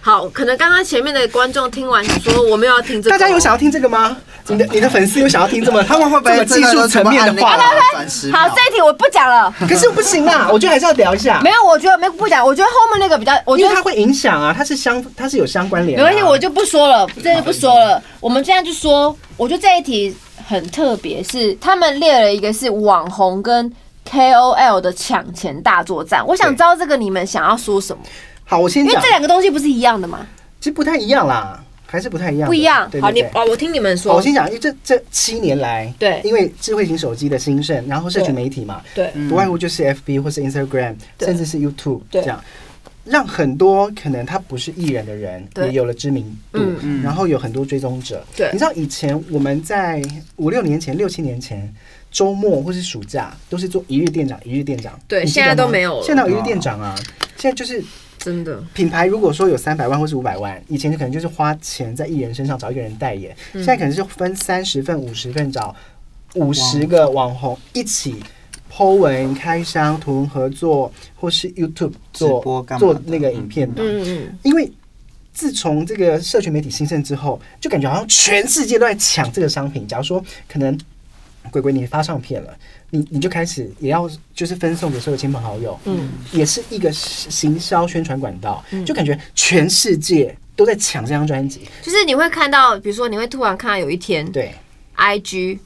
Speaker 1: 好，可能刚刚前面的观众听完想说，我没有要听这个哦，
Speaker 4: 大家有想要听这个吗？你的你的粉丝有想要听这么
Speaker 3: 他们会不
Speaker 4: 这么
Speaker 3: 会
Speaker 4: 技术层面的话？
Speaker 3: 转十
Speaker 1: 好，这一题我不讲了。 *laughs*
Speaker 4: 可是不行啦，我觉得还是要聊一下
Speaker 1: 没，有，我觉得没不讲，我觉得后面那个比较，我
Speaker 4: 因
Speaker 1: 觉
Speaker 4: 为
Speaker 1: 得
Speaker 4: 它会影响啊，它是相它是有相关联
Speaker 1: 没
Speaker 4: 的啊。
Speaker 1: 关系，我就不说了，这就不说了。我们现在就说，我觉得这一题很特别，是他们列了一个是网红跟 KOL 的抢钱大作战。我想知道这个你们想要说什么，
Speaker 4: 好，我先
Speaker 1: 因为
Speaker 4: 讲
Speaker 1: 这，两个东西不是一样的吗？
Speaker 4: 其实不太一样啦，还是不太一样的，
Speaker 1: 不一样
Speaker 4: 对。
Speaker 1: 好，
Speaker 4: 对
Speaker 1: 你
Speaker 4: 对。
Speaker 1: 哦，我听你们
Speaker 4: 好，
Speaker 1: 说
Speaker 4: 我。先讲，因为这这七年来，
Speaker 1: 对
Speaker 4: 因为智慧型手机的兴盛，然后社群媒体嘛，
Speaker 1: 对，
Speaker 4: 不外乎就是 FB 或是 Instagram，
Speaker 1: 对
Speaker 4: 甚至是 YouTube
Speaker 1: 对
Speaker 4: 这样，让很多可能他不是艺人的人
Speaker 1: 对
Speaker 4: 也有了知名度
Speaker 1: 嗯，
Speaker 3: 嗯
Speaker 4: 然后有很多追踪者。
Speaker 1: 对
Speaker 4: 你知道以前我们在五六年前、六七年前。周末或是暑假都是做一日店长，一日店长。
Speaker 1: 对
Speaker 4: 你记得
Speaker 1: 现在都
Speaker 4: 吗
Speaker 1: 没有了
Speaker 4: 现在哪有一日店长啊，现在就是
Speaker 1: 真的。
Speaker 4: 品牌如果说有三百万或是五百万，以前就可能就是花钱在艺人身上找一个人代言，现在可能是分三十份、五十份找五十个网红一起 Po 文、开箱、图文合作，或是 YouTube
Speaker 3: 直播
Speaker 4: 做
Speaker 3: 干嘛的
Speaker 4: 做那个影片的。
Speaker 1: 嗯嗯，
Speaker 4: 因为自从这个社群媒体兴盛之后，就感觉好像全世界都在抢这个商品。假如说可能鬼鬼你发唱片了，你你就开始也要就是分送给所有亲朋好友，嗯，也是一个行销宣传管道，就感觉全世界都在抢这张专辑。
Speaker 1: 就是你会看到，比如说你会突然看到有一天，
Speaker 4: 对
Speaker 1: IG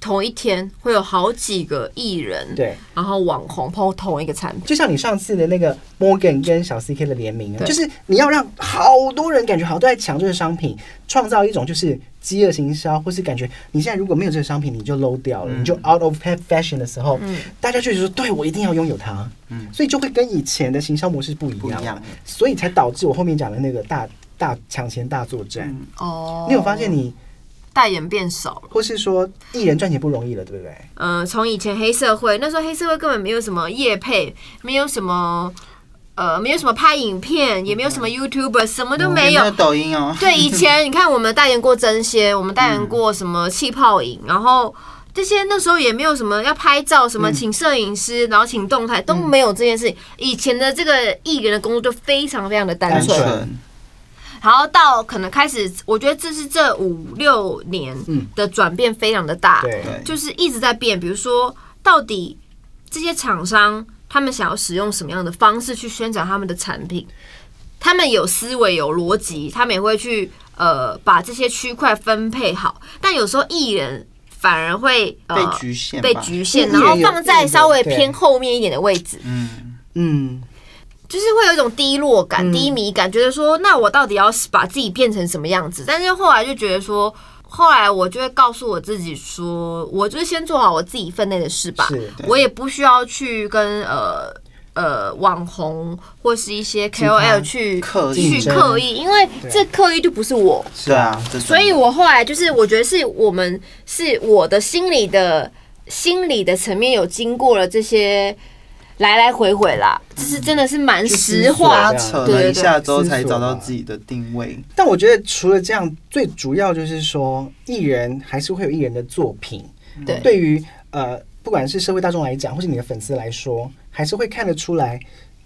Speaker 1: 同一天会有好几个艺人，，
Speaker 4: 对，
Speaker 1: 然后网红抛同一个产品，
Speaker 4: 就像你上次的那个 Morgan 跟小 CK 的联名啊，
Speaker 1: 对
Speaker 4: 就是你要让好多人感觉好像都在抢这个商品，创造一种就是饥饿行销，或是感觉你现在如果没有这个商品，你就 low 掉
Speaker 3: 嗯
Speaker 4: 了，你就 out of fashion 的时候，大家就觉得说，对我一定要拥有它，
Speaker 3: 嗯
Speaker 4: 所以就会跟以前的行销模式不一样，啊
Speaker 3: 不一样
Speaker 4: 所以才导致我后面讲的那个大大抢钱大作战。
Speaker 3: 嗯
Speaker 1: 哦
Speaker 4: 你有发现你，
Speaker 1: 代言变少了？
Speaker 4: 或是说艺人赚钱不容易了，对不对？
Speaker 1: 呃，从以前黑社会那时候，黑社会根本没有什么业配，没有什么呃，没有什么拍影片，也没有
Speaker 4: 嗯
Speaker 1: 什么 YouTuber，什么都没有。
Speaker 3: 抖音哦。
Speaker 1: 对，以前你看我们代言过真仙，我们代言过什么气泡饮，然后这些那时候也没有什么要拍照，什么请摄影师，然后请动态都没有这件事情。以前的这个艺人的工作就非常非常的单
Speaker 4: 单
Speaker 1: 纯
Speaker 4: 纯，
Speaker 1: 然后到可能开始，我觉得这是这五六年
Speaker 4: 嗯
Speaker 1: 的转变非常的大。
Speaker 4: 对，
Speaker 3: 对
Speaker 1: 就是一直在变。比如说，到底这些厂商他们想要使用什么样的方式去宣传他们的产品？他们有思维、有逻辑，他们也会去呃把这些区块分配好。但有时候艺人反而会、呃、
Speaker 3: 被局限吧
Speaker 1: 被局限，
Speaker 4: 因为
Speaker 1: 然
Speaker 4: 艺人
Speaker 1: 后
Speaker 4: 有
Speaker 1: 放在稍微
Speaker 4: 对
Speaker 1: 偏后面一点的位置。
Speaker 3: 嗯，
Speaker 4: 嗯，
Speaker 1: 就是会有一种低落感、低迷感，觉得说，那我到底要把自己变成什么样子？但是后来就觉得说，后来我就会告诉我自己说，我就是先做好我自己分内的事吧
Speaker 4: 是对，
Speaker 1: 我也不需要去跟呃呃网红或是一些 KOL 去
Speaker 3: 刻意
Speaker 1: 去
Speaker 4: 竞争
Speaker 1: 刻意，因为这刻意就不是我，
Speaker 3: 对啊，这是
Speaker 1: 所以我后来就是，我觉得是我们是我的心理的心理的层面有经过了这些来来回回啦，这是真的是蛮实话
Speaker 3: 拉
Speaker 4: 去思
Speaker 3: 扯
Speaker 4: 索
Speaker 1: 对
Speaker 3: 了
Speaker 1: 对
Speaker 3: 一下之后，
Speaker 4: 思索
Speaker 3: 才找到
Speaker 4: 吧
Speaker 3: 自己的定位。
Speaker 4: 但我觉得除了这样，最主要就是说，艺人还是会有艺人的作品。
Speaker 1: 对
Speaker 4: 对于呃，不管是社会大众来讲，或是你的粉丝来说，还是会看得出来。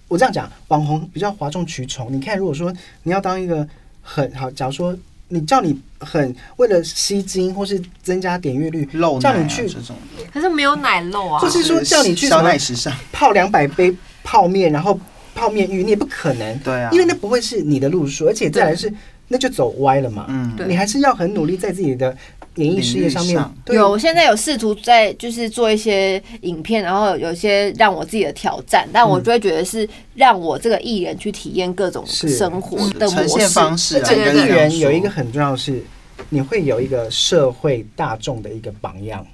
Speaker 4: 我这样讲，网红比较哗众取宠。你看，如果说你要当一个很好，假如说你叫你很为了吸睛或是增加点阅率，
Speaker 3: 露奶
Speaker 4: 叫
Speaker 3: 啊
Speaker 4: 你去
Speaker 3: 这种，
Speaker 1: 可是没有奶漏啊
Speaker 4: 就，是说叫你去
Speaker 3: 小
Speaker 4: 什么
Speaker 3: 奶时尚，
Speaker 4: 泡两百杯泡面，然后泡面浴，你也不可能，
Speaker 3: 对啊
Speaker 4: 因为那不会是你的路数，而且再来是那就走歪了嘛，
Speaker 3: 嗯
Speaker 1: 对
Speaker 4: 你还是要很努力在自己的演艺事业上
Speaker 3: 领域
Speaker 4: 面
Speaker 3: 上，
Speaker 4: 对
Speaker 1: 有，我现在有试图在就是做一些影片，然后有一些让我自己的挑战，但我就会觉得是让我这个艺人去体验各种
Speaker 4: 是
Speaker 1: 生活的模
Speaker 3: 呈现
Speaker 1: 式。
Speaker 3: 方式啊，
Speaker 1: 而且
Speaker 3: 应该
Speaker 4: 艺
Speaker 3: 是这样
Speaker 4: 人有一
Speaker 3: 说
Speaker 4: 个很重要的是，你会有一个社会大众的一个榜样。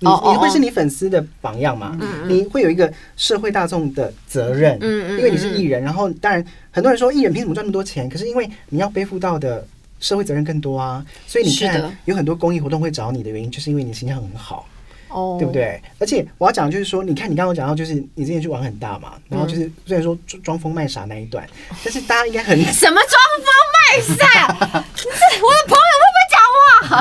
Speaker 4: 你
Speaker 1: 哦哦哦嗯
Speaker 4: 你会是你粉丝的榜样嘛？你会有一个社会大众的责任，
Speaker 1: 嗯嗯
Speaker 4: 因为你是艺人。然后，当然很多人说艺人凭什么赚那么多钱？可是因为你要背负到的社会责任更多啊，所以你
Speaker 1: 是
Speaker 4: 看
Speaker 1: 的
Speaker 4: 有很多公益活动会找你的原因，就是因为你形象很好。
Speaker 1: 哦
Speaker 4: 对不？对？而且我要讲的就是说，你看你刚刚讲到，就是你之前去玩很大嘛，然后就是虽然说装装疯卖傻那一段，但是大家应该很
Speaker 1: 什么装疯卖
Speaker 4: *laughs*
Speaker 1: 傻？你这我的朋友会不会讲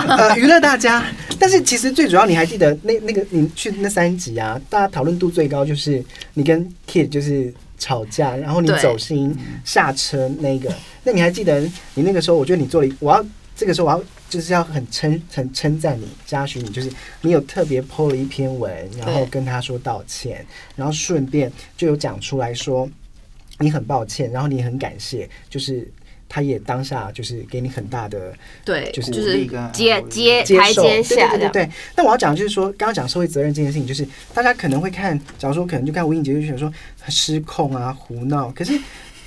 Speaker 1: 话？
Speaker 4: 呃娱乐大家。但是其实最主要，你还记得那那个你去那三集啊，大家讨论度最高就是你跟 Kid 就是吵架，然后你
Speaker 1: 对
Speaker 4: 走心下车那个。那你还记得你那个时候？我觉得你做了一，我要这个时候我要就是要很称很称赞你，嘉许你，就是你有特别 PO 了一篇文，然
Speaker 1: 对
Speaker 4: 后跟他说道歉，然后顺便就有讲出来说你很抱歉，然后你很感谢，就是。他也当下就是给你很大的
Speaker 1: 对，
Speaker 4: 就是
Speaker 1: 是接接
Speaker 4: 接
Speaker 1: 台
Speaker 4: 受，
Speaker 1: 阶下
Speaker 4: 对对对
Speaker 1: 这
Speaker 4: 对
Speaker 1: 样。
Speaker 4: 对。但我要讲的就是说，刚刚讲社会责任这件事情，就是大家可能会看，假如说可能就看吴映洁就觉得说失控啊、胡闹，可是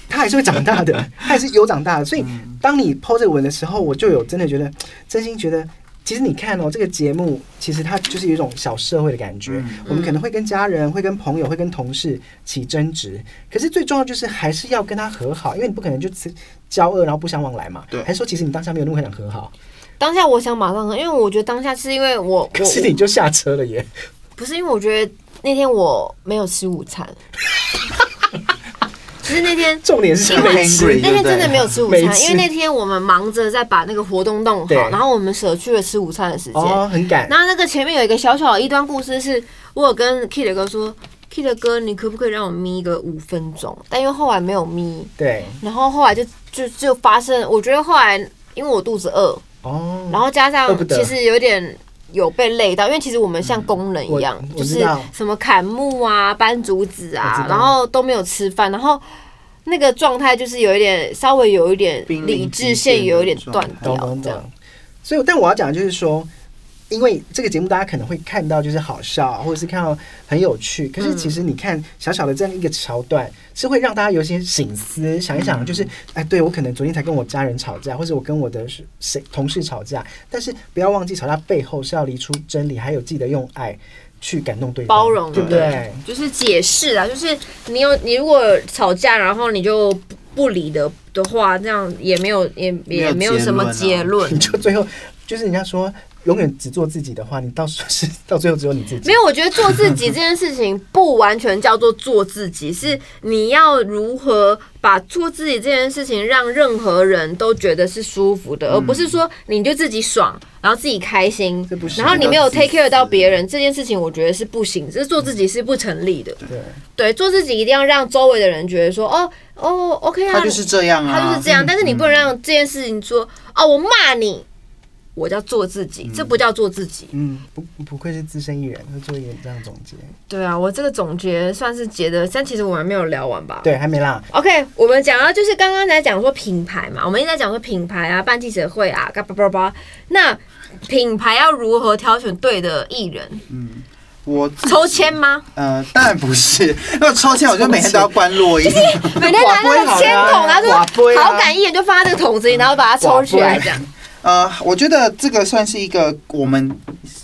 Speaker 4: 他还是会长大的，他还是有长大的。所以
Speaker 3: 嗯
Speaker 4: 当你 PO 这个文的时候，我就有真的觉得，真心觉得。其实你看哦，这个节目其实它就是有一种小社会的感觉。
Speaker 3: 嗯
Speaker 4: 我们可能会跟家人、会跟朋友、会跟同事起争执，可是最重要就是还是要跟他和好，因为你不可能就只交恶然后不相往来嘛。
Speaker 3: 对
Speaker 4: 还是说其实你当下没有那么想和好，
Speaker 1: 当下我想马上喝，因为我觉得当下是因为我
Speaker 4: 可
Speaker 1: 我
Speaker 4: 是你就下车了耶。
Speaker 1: 不是因为我觉得那天我没有吃午
Speaker 4: *laughs*
Speaker 1: 餐，就是那天
Speaker 4: 重点是没吃
Speaker 3: Hungry
Speaker 1: 那天真的没有吃午餐，
Speaker 4: 没吃
Speaker 1: 因为那天我们忙着在把那个活动弄好，
Speaker 4: 对
Speaker 1: 然后我们舍去了吃午餐的时间。
Speaker 4: 哦，很赶。
Speaker 1: 那那个前面有一个小小的一段故事是，我有跟 Kid 哥说，Kid 哥，你可不可以让我眯个五分钟？但因为后来没有眯，
Speaker 4: 对
Speaker 1: 然后后来就就就发生，我觉得后来因为我肚子饿，
Speaker 4: 哦，
Speaker 1: 嗯然后加
Speaker 4: 饿
Speaker 1: 上
Speaker 4: 不得
Speaker 1: 其实有点有被累到，因为其实我们像工人一样
Speaker 4: 嗯，我
Speaker 1: 就
Speaker 4: 我知
Speaker 1: 是
Speaker 4: 道
Speaker 1: 什么砍木啊、搬竹子
Speaker 4: 我
Speaker 1: 啊
Speaker 4: 知，道
Speaker 1: 然后都没有吃饭，然后那个状态就是有一点稍微有一点
Speaker 3: 濒临
Speaker 1: 理
Speaker 3: 极
Speaker 1: 智
Speaker 3: 限
Speaker 1: 线有一点
Speaker 3: 的状
Speaker 1: 断
Speaker 3: 态
Speaker 1: 掉
Speaker 4: 懂懂
Speaker 1: 这样。
Speaker 4: 懂。所以，但我要讲的就是说，因为这个节目大家可能会看到就是好笑，啊或者是看到很有趣，可是其实你看小小的这样一个桥段，是会让大家有一些醒思，想一想，
Speaker 1: 嗯
Speaker 4: 就是哎，对我可能昨天才跟我家人吵架，或者我跟我的谁同事吵架，但是不要忘记吵架背后是要理出真理，还有记得用爱去感动对方，
Speaker 1: 包容
Speaker 4: 对不对？
Speaker 1: 就是解释啊，就是你有你如果吵架，然后你就不不理的的话，这样也没有也也没
Speaker 3: 没
Speaker 1: 有
Speaker 4: 啊
Speaker 3: 有
Speaker 1: 什么结 *laughs*
Speaker 3: 结
Speaker 4: *laughs*
Speaker 1: 论
Speaker 4: 你。就最后就是人家说永远只做自己的话，你到时候是到最后只有你自己。
Speaker 1: 没有，我觉得做自己这件事情不完全叫做做自己，是你要如何把做自己这件事情让任何人都觉得是舒服的，而不
Speaker 3: 嗯
Speaker 1: 是说你就自己爽，然后自己开心
Speaker 4: 不，行
Speaker 1: 然后你没有
Speaker 3: 要自
Speaker 1: take
Speaker 3: 私
Speaker 1: care 到别人这件事情，我觉得是不行，这做自己是不成立的。
Speaker 4: 对，
Speaker 1: 对，做自己一定要让周围的人觉得说，哦哦，OK 啊，
Speaker 3: 他就是这样啊，
Speaker 1: 他就是这样，但是你不能让这件事情说，哦，我骂你，我叫做自己，这不叫做自己。
Speaker 4: 嗯，不不愧是资深艺人，会做一点这样总结。
Speaker 1: 对啊，我这个总结算是结的，但其实我们还没有聊完吧。
Speaker 4: 对，还没啦。
Speaker 1: OK，我们讲到就是刚刚在讲说品牌嘛，我们一直在讲说品牌啊，办记者会啊，嘎巴巴巴。那品牌要如何挑选对的艺人？
Speaker 3: 我自
Speaker 1: 抽签吗？
Speaker 4: *laughs*
Speaker 3: 呃，当然不是，那抽签我就每天都要关落音，
Speaker 1: 每天拿那个签筒，然后
Speaker 4: 寡妇
Speaker 1: 就
Speaker 4: 啊
Speaker 1: 好感艺人就放在这个桶子里，然后把它抽起来这样。
Speaker 3: 呃，我觉得这个算是一个我们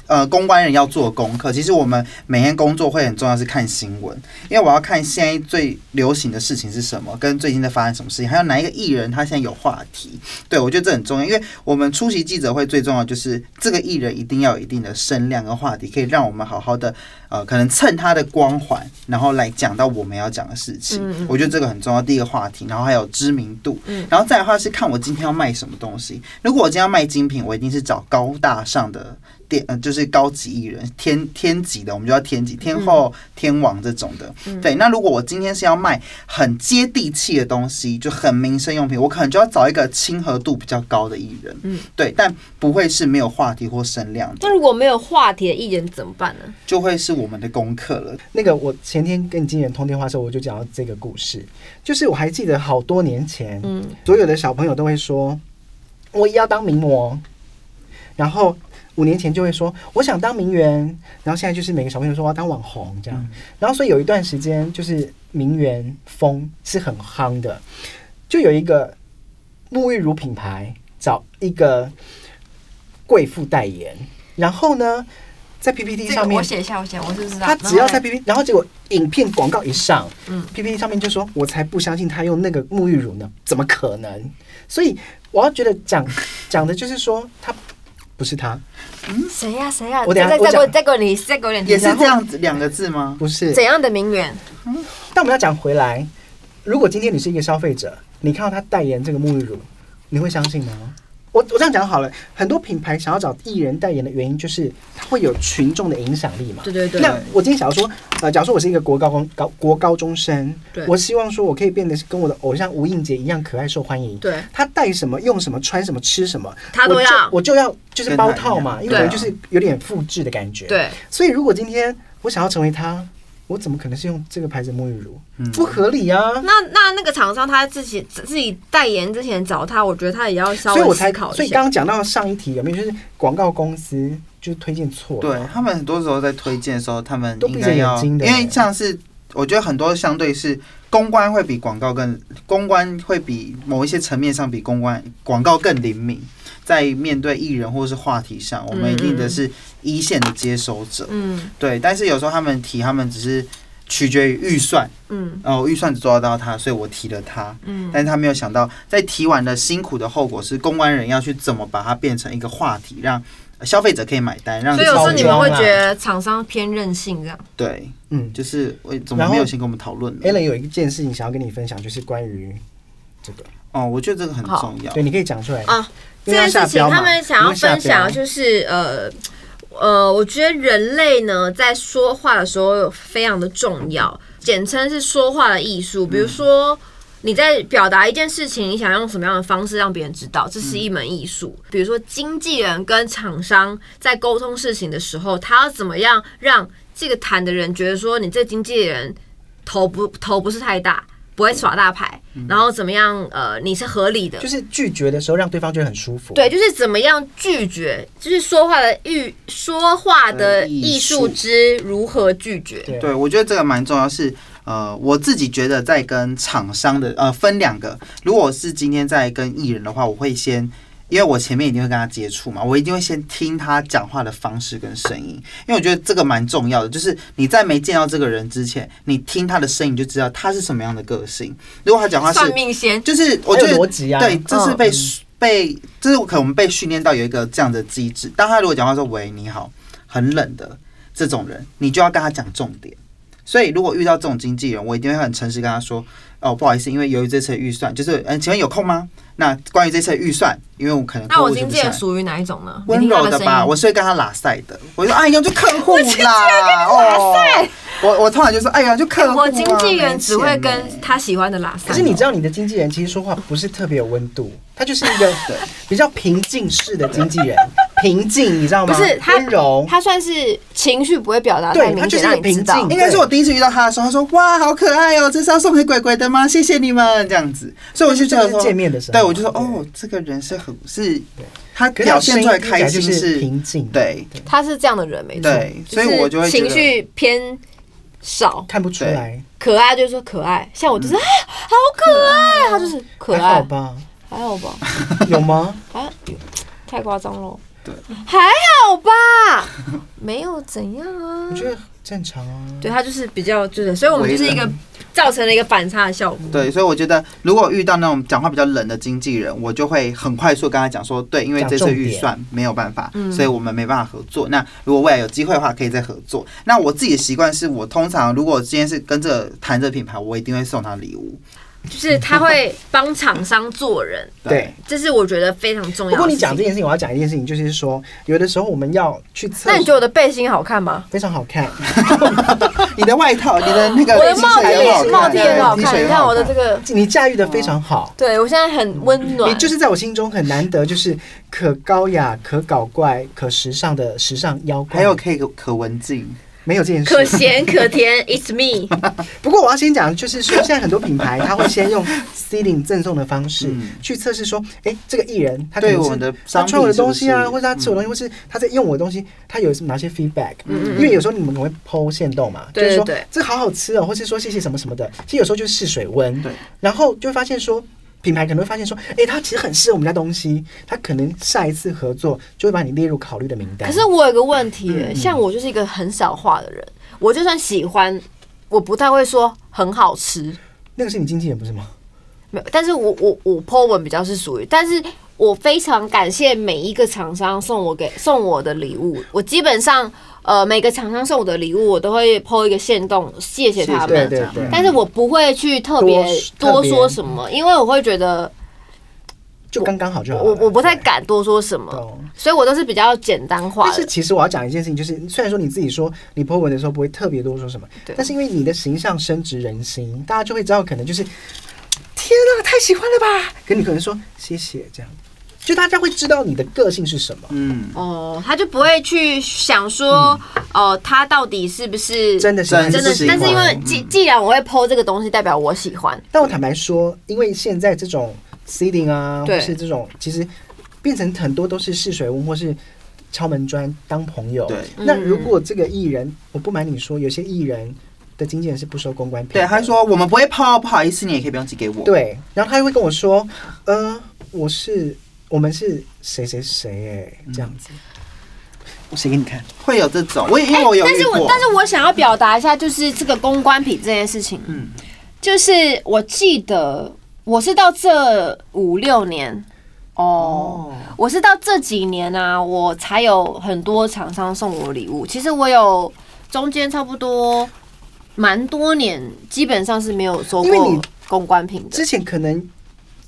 Speaker 3: 呃公关人要做的功课。其实我们每天工作会很重要是看新闻，因为我要看现在最流行的事情是什么，跟最近在发生什么事情，还有哪一个艺人他现在有话题。对我觉得这很重要，因为我们出席记者会最重要就是这个艺人一定要有一定的声量跟话题，可以让我们好好的呃，可能蹭他的光环，然后来讲到我们要讲的事情。我觉得这个很重要，第一个话题，然后还有知名度，然后再来的话是看我今天要卖什么东西。如果我今天要卖精品，我一定是找高大上的店，呃，就是高级艺人，天天级的，我们就要天级、天后、天王这种的。对，那如果我今天是要卖很接地气的东西，就很民生用品，我可能就要找一个亲和度比较高的艺人。嗯，对，但不会是没有话题或声量的，
Speaker 5: 那如果没有话题的艺人怎么办呢？
Speaker 3: 就会是我们的功课了。
Speaker 4: 那个我前天跟你经纪人通电话的时候，我就讲到这个故事，就是我还记得好多年前，嗯，所有的小朋友都会说，我也要当名模，哦然后。五年前就会说我想当名媛，然后现在就是每个小朋友说我要当网红这样，然后所以有一段时间就是名媛风是很夯的，就有一个沐浴乳品牌找一个贵妇代言，然后呢，在 PPT
Speaker 5: 这个
Speaker 4: 上
Speaker 5: 我
Speaker 4: 面
Speaker 5: 写一下，我写，我是不知道。
Speaker 4: 他只要在
Speaker 5: 然后
Speaker 4: PPT，然后结果影片广告一上，嗯，PPT 上面就说：“我才不相信他用那个沐浴乳呢，怎么可能？”所以我要觉得讲讲的就是说，他不是他，
Speaker 5: 嘞谁呀谁呀？
Speaker 4: 嗯我等一
Speaker 5: 再
Speaker 4: 下我
Speaker 5: 再给我
Speaker 4: 讲
Speaker 5: 再给我你再给我点提
Speaker 3: 也
Speaker 5: 示
Speaker 3: 是这样子两个字吗？
Speaker 4: 不是
Speaker 5: 怎样的名媛？
Speaker 4: 但我们要讲回来，如果今天你是一个消费者，你看到他代言这个沐浴乳，你会相信吗？我我这样讲好了，很多品牌想要找艺人代言的原因，就是它会有群众的影响力嘛。
Speaker 5: 对对对
Speaker 4: 那我今天想要说，呃，假如说我是一个国高中高国高中生，
Speaker 5: 对
Speaker 4: 我希望说我可以变得是跟我的偶像吴映洁一样可爱受欢迎。
Speaker 5: 对，
Speaker 4: 他带什么、用什么、穿什么、吃什么，
Speaker 5: 他都
Speaker 4: 我就
Speaker 5: 要
Speaker 4: 我就要就是
Speaker 3: 跟他
Speaker 4: 包
Speaker 3: 一
Speaker 4: 套
Speaker 3: 样
Speaker 4: 嘛，因为
Speaker 5: 对
Speaker 4: 可能就是有点复制的感觉。
Speaker 5: 对，
Speaker 4: 所以如果今天我想要成为他，我怎么可能是用这个牌子的沐浴乳？
Speaker 3: 嗯
Speaker 5: 嗯
Speaker 4: 不合理啊！
Speaker 5: 那那那个厂商他自己自己代言之前找他，我觉得他也要稍
Speaker 4: 所以
Speaker 5: 微
Speaker 4: 我
Speaker 5: 思
Speaker 4: 才
Speaker 5: 考
Speaker 4: 所
Speaker 5: 一
Speaker 4: 以刚
Speaker 5: 下。
Speaker 4: 刚讲到上一题有没有就是广告公司就推荐错了？
Speaker 3: 对他们很多时候在推荐的时候，他们
Speaker 4: 都
Speaker 3: 应
Speaker 4: 闭
Speaker 3: 该
Speaker 4: 着眼
Speaker 3: 要，
Speaker 4: 睛
Speaker 3: 因
Speaker 4: 的
Speaker 3: 为像是我觉得很多相对是公关会比广告更，公关会比某一些层面上比公关广告更灵敏，在面对艺人或是话题上，我们一定的是一线的接收者，
Speaker 5: 嗯
Speaker 3: 对。但是有时候他们提，他们只是取决于预算，
Speaker 5: 嗯，
Speaker 3: 哦，预算只做得到他，所以我提了他，嗯，但是他没有想到，在提完的辛苦的后果是，公关人要去怎么把它变成一个话题，让消费者可以买单，让
Speaker 5: 所以有时候
Speaker 3: 消费
Speaker 5: 你
Speaker 3: 者
Speaker 5: 们会
Speaker 4: 包装啊
Speaker 5: 觉得厂商偏任性这样。
Speaker 3: 对，
Speaker 4: 嗯
Speaker 3: 就是为怎么
Speaker 4: 然后
Speaker 3: 没有先跟我们讨论呢
Speaker 4: a l l n 有一件事情想要跟你分享，就是关于这个，
Speaker 3: 哦，我觉得这个很重要
Speaker 4: 对，。你可以讲出来
Speaker 5: 啊。这
Speaker 4: 因为要
Speaker 5: 件
Speaker 4: 下
Speaker 5: 事情
Speaker 4: 标嘛
Speaker 5: 他们想要分享，
Speaker 4: 因为下标
Speaker 5: 就是呃呃，我觉得人类呢在说话的时候非常的重要，简称是说话的艺术。
Speaker 4: 嗯
Speaker 5: 比如说你在表达一件事情，你想用什么样的方式让别人知道，这
Speaker 4: 嗯
Speaker 5: 是一门艺术。比如说经纪人跟厂商在沟通事情的时候，他要怎么样让这个谈的人觉得说你这经纪人头不头不是太大，不会耍大牌，
Speaker 4: 嗯
Speaker 5: 然后怎么样呃你是合理的，
Speaker 4: 就是拒绝的时候让对方觉得很舒服。
Speaker 5: 对，就是怎么样拒绝，就是说话的艺说话的
Speaker 3: 呃艺
Speaker 5: 艺术
Speaker 3: 术
Speaker 5: 之如何拒绝。
Speaker 4: 对
Speaker 3: 对，我觉得这个蛮重要是。呃，我自己觉得在跟厂商的呃分两个，如果是今天在跟艺人的话，我会先，因为我前面一定会跟他接触嘛，我一定会先听他讲话的方式跟声音，因为我觉得这个蛮重要的，就是你在没见到这个人之前，你听他的声音你就知道他是什么样的个性。如果他讲话是
Speaker 5: 算命先，
Speaker 3: 就是我觉
Speaker 4: 还
Speaker 3: 得
Speaker 4: 有逻辑啊
Speaker 3: 对，
Speaker 4: 嗯
Speaker 3: 这是被、被，这是可能我们被训练到有一个这样的机制。当他如果讲话说“喂，你好”，很冷的这种人，你就要跟他讲重点。所以，如果遇到这种经纪人，我一定会很诚实跟他说：“哦，不好意思，因为由于这次的预算，就是嗯、呃请问有空吗？那关于这次的预算，因为我可能
Speaker 5: 那
Speaker 3: 客
Speaker 5: 我
Speaker 3: 户是
Speaker 5: 经
Speaker 3: 不
Speaker 5: 纪
Speaker 3: 是
Speaker 5: 人
Speaker 3: 很
Speaker 5: 属于哪一种呢？
Speaker 3: 温
Speaker 5: 你听他
Speaker 3: 柔的
Speaker 5: 声
Speaker 3: 吧，
Speaker 5: 音
Speaker 3: 我是会跟他拉塞的。我就说：哎呀，就客户啦，哦，我我通常就说：哎呀，就客户啦。
Speaker 5: 我经纪人只会
Speaker 3: 没钱呢
Speaker 5: 跟他喜欢的拉塞。
Speaker 4: 可是你知道，你的经纪人其实说话不是特别有温度，他就是一个比较平静式的经纪人，平静，你知道吗？
Speaker 1: 不是他
Speaker 4: 温柔，
Speaker 1: 他算是情绪不会表达
Speaker 4: 对
Speaker 1: 太明
Speaker 4: 他就
Speaker 1: 显，
Speaker 4: 是
Speaker 1: 让
Speaker 4: 很
Speaker 1: 你知
Speaker 4: 平
Speaker 1: 道
Speaker 4: 静。
Speaker 3: *laughs* 应该是我第一次遇到他的时候，他说：“哇，好可爱哦，这是要送给鬼鬼的吗？谢谢你们。”这样子，所以我就觉得
Speaker 4: 就
Speaker 3: 说，
Speaker 4: 是见面的时候
Speaker 3: 对我就说：“
Speaker 4: 对
Speaker 3: 哦，这个人是很是，他
Speaker 4: 可是他
Speaker 3: 表现出来开心
Speaker 4: 声音听起来就是
Speaker 3: 是
Speaker 4: 平静
Speaker 3: 对
Speaker 1: 他是这样的人，没错，
Speaker 3: 对，所以
Speaker 1: 就是
Speaker 3: 我就会觉
Speaker 1: 情
Speaker 3: 得，
Speaker 1: 绪偏少，
Speaker 4: 看不出来，
Speaker 1: 可爱就是说可爱，像我
Speaker 3: 嗯
Speaker 1: 就是、啊，好可爱，他就是可
Speaker 4: 还好
Speaker 1: 爱，
Speaker 4: 吧？
Speaker 1: 还好吧？
Speaker 4: 有吗？
Speaker 1: 还哎太夸张了。
Speaker 3: 对，
Speaker 1: 还好吧， *laughs* 没有怎样啊
Speaker 4: 我。觉得正常啊。
Speaker 1: 对，它就是比较就是，所以我们就是一
Speaker 3: 为
Speaker 1: 个
Speaker 3: 人
Speaker 1: 造成了一个反差的效果。
Speaker 3: 对，所以我觉得如果遇到那种讲话比较冷的经纪人，我就会很快速地跟他讲说，对，因为这
Speaker 4: 讲
Speaker 3: 次
Speaker 4: 重
Speaker 3: 预
Speaker 4: 点
Speaker 3: 算没有办法，所以我们没办法合作。那如果未来有机会的话，可以再合作。那我自己的习惯是我通常如果今天是跟这个谈这个品牌，我一定会送他礼物。
Speaker 1: 就是他会帮厂商做人，
Speaker 4: 对，
Speaker 1: 这是我觉得非常重要的事情。
Speaker 4: 不过你讲这件事情，我要讲一件事情，就是说，有的时候我们要去测
Speaker 1: 那你觉得我的背心好看吗？
Speaker 4: 非常好看，
Speaker 3: 你的外套，你的那个
Speaker 1: 我的
Speaker 3: 金
Speaker 1: 帽子
Speaker 3: 水也
Speaker 1: 也
Speaker 3: 好
Speaker 1: 是
Speaker 3: 看，
Speaker 1: 帽子也很好
Speaker 3: 对金
Speaker 1: 看，
Speaker 3: 水
Speaker 1: 你
Speaker 3: 也
Speaker 1: 看
Speaker 3: 好
Speaker 1: 我的这个，
Speaker 4: 你驾驭的非常好。
Speaker 1: 对我现在很温
Speaker 4: 你
Speaker 1: 暖，
Speaker 4: 就是在我心中很难得，就是可高雅、可搞怪、可时尚的时尚妖怪，
Speaker 3: 还有可以可文静，
Speaker 4: 没有这件事？
Speaker 1: 可咸可甜，It's me。
Speaker 4: 不过我要先讲，就是说现在很多品牌，它会先用 seeding 赠送的方式
Speaker 3: 嗯
Speaker 4: 去测试，说，哎，这个艺人他可
Speaker 3: 对
Speaker 4: 能是
Speaker 3: 我们的
Speaker 4: 他
Speaker 3: 商
Speaker 4: 穿我的
Speaker 3: 品是不
Speaker 4: 东西啊，
Speaker 3: 是
Speaker 4: 或
Speaker 1: 嗯
Speaker 4: 者他吃我的东西，或是他在用我的东西，他有哪些 feedback？因为有时候你们可能会剖线动嘛，就
Speaker 1: 对
Speaker 4: 是说
Speaker 1: 嗯对对
Speaker 4: 这个好好吃哦，或是说谢谢什么什么的。其实有时候就是试水温，
Speaker 3: 对，
Speaker 4: 然后就会发现说。品牌可能会发现说，哎、它其实很适合我们家东西，它可能下一次合作就会把你列入考虑的名单。
Speaker 1: 可是我有个问题耶，像我就是一个很少画的人，我就算喜欢，我不太会说很好吃，
Speaker 4: 那个是你经纪人不是吗？
Speaker 1: 没有。但是我我我 po 文比较是属于，但是我非常感谢每一个厂商送我给送我的礼物，我基本上呃每个厂商送我的礼物，我都会 po 一个限动，谢谢他
Speaker 4: 对
Speaker 1: 们。
Speaker 4: 对对
Speaker 1: 但是我不会去特别
Speaker 4: 多
Speaker 1: 多
Speaker 4: 特别
Speaker 1: 说什么，因为我会觉得
Speaker 4: 就刚刚好就好了。
Speaker 1: 我我不太
Speaker 4: 对
Speaker 1: 敢多说什么
Speaker 4: 懂，
Speaker 1: 所以我都是比较简单化
Speaker 4: 但是
Speaker 1: 的。
Speaker 4: 其实我要讲一件事情，就是虽然说你自己说你 po 文的时候不会特别多说什么，但是因为你的形象深植人心，大家就会知道可能就是天啊，太喜欢了吧？可你可能说谢谢这样，就大家会知道你的个性是什么。
Speaker 3: 嗯，
Speaker 1: 哦，他就不会去想说，哦，他到底是不是
Speaker 4: 嗯真的喜欢
Speaker 3: 真
Speaker 1: 真的
Speaker 3: 是喜？欢
Speaker 1: 但是因为既既然我会剖这个东西，代表我喜欢。
Speaker 4: 但我坦白说，因为现在这种 seeding 啊，
Speaker 1: 对
Speaker 4: 或是这种，其实变成很多都是试水温或是敲门砖当朋友。
Speaker 3: 对
Speaker 4: 那如果这个艺人，我不瞒你说，有些艺人的经纪人是不收公关品的。
Speaker 3: 对，他说我们不会抛，不好意思，你也可以不用寄给我。
Speaker 4: 对，然后他又会跟我说，呃，我是我们是谁谁谁哎，这样子。我写给你看，
Speaker 3: 会有这种，我也因为我有
Speaker 1: 哎但
Speaker 3: 遇
Speaker 1: 是我
Speaker 3: 过，
Speaker 1: 但是我想要表达一下，就是这个公关品这件事情，
Speaker 3: 嗯
Speaker 1: 就是我记得我是到这五六年。哦
Speaker 3: 哦
Speaker 1: 我是到这几年啊，我才有很多厂商送我礼物。其实我有中间差不多蛮多年，基本上是没有收
Speaker 4: 因为你
Speaker 1: 过公关品的
Speaker 4: 之。前可能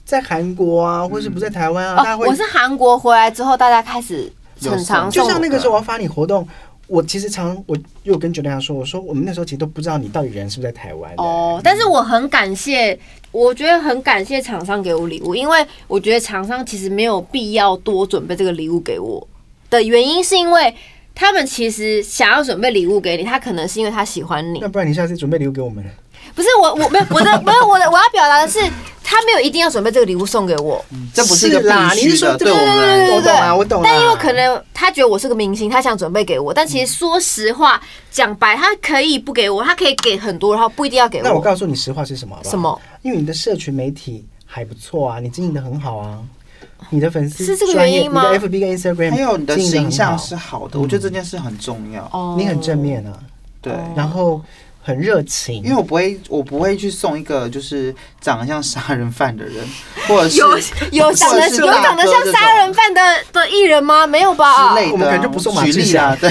Speaker 4: 在韩国啊，或是不在台湾啊，大家
Speaker 1: 哦，
Speaker 4: 会
Speaker 1: 我是韩国回来之后，大家开始很常
Speaker 4: 就
Speaker 1: 送
Speaker 4: 像
Speaker 1: 我。
Speaker 4: 那个时候我要发你活动，我其实常我有跟九亮说，我说我们那时候其实都不知道你到底人是不是在台湾的
Speaker 1: 哦，但是我很感谢，我觉得很感谢厂商给我礼物，因为我觉得厂商其实没有必要多准备这个礼物给我的原因，是因为他们其实想要准备礼物给你，他可能是因为他喜欢你
Speaker 4: 那，不然你下次准备留给我们，
Speaker 1: 嗯不是我我没有我的没有我的我要表达的是，他没有一定要准备这个礼物送给我，
Speaker 3: 这不是一个
Speaker 4: 是啦
Speaker 3: 必须
Speaker 4: 你是说
Speaker 3: 的，
Speaker 4: 这
Speaker 3: 对我们来
Speaker 4: 我
Speaker 3: 说
Speaker 4: 懂啊，我懂啊。
Speaker 1: 但因为可能他觉得我是个明星，他想准备给我，但其实说实话讲白，他可以不给我，他可以给很多，然后不一定要给
Speaker 4: 那我
Speaker 1: 我。
Speaker 4: 告诉你实话是什么好不好？
Speaker 1: 什么？
Speaker 4: 因为你的社群媒体还不错啊，你经营的很好啊，你的粉丝
Speaker 1: 是这个
Speaker 4: 专业
Speaker 1: 原因吗
Speaker 4: 你的 FB 跟 Instagram
Speaker 3: 还有你的
Speaker 4: 经营得很
Speaker 3: 形象
Speaker 4: 好
Speaker 3: 是好的，我觉得这件事很重要。
Speaker 1: 哦
Speaker 4: 你很正面啊，
Speaker 3: 对，
Speaker 4: 然后很热情，
Speaker 3: 因为我不会，我不会去送一个就是长得像杀人犯的人，或者是
Speaker 1: 有有长得
Speaker 3: 或者是
Speaker 1: 有长得像杀人犯的的艺人吗？没有吧？
Speaker 3: 之类的啊，
Speaker 4: 我们可能就不送马
Speaker 3: 举
Speaker 4: 志
Speaker 3: 例
Speaker 4: 祥 *laughs*
Speaker 3: 啦，对，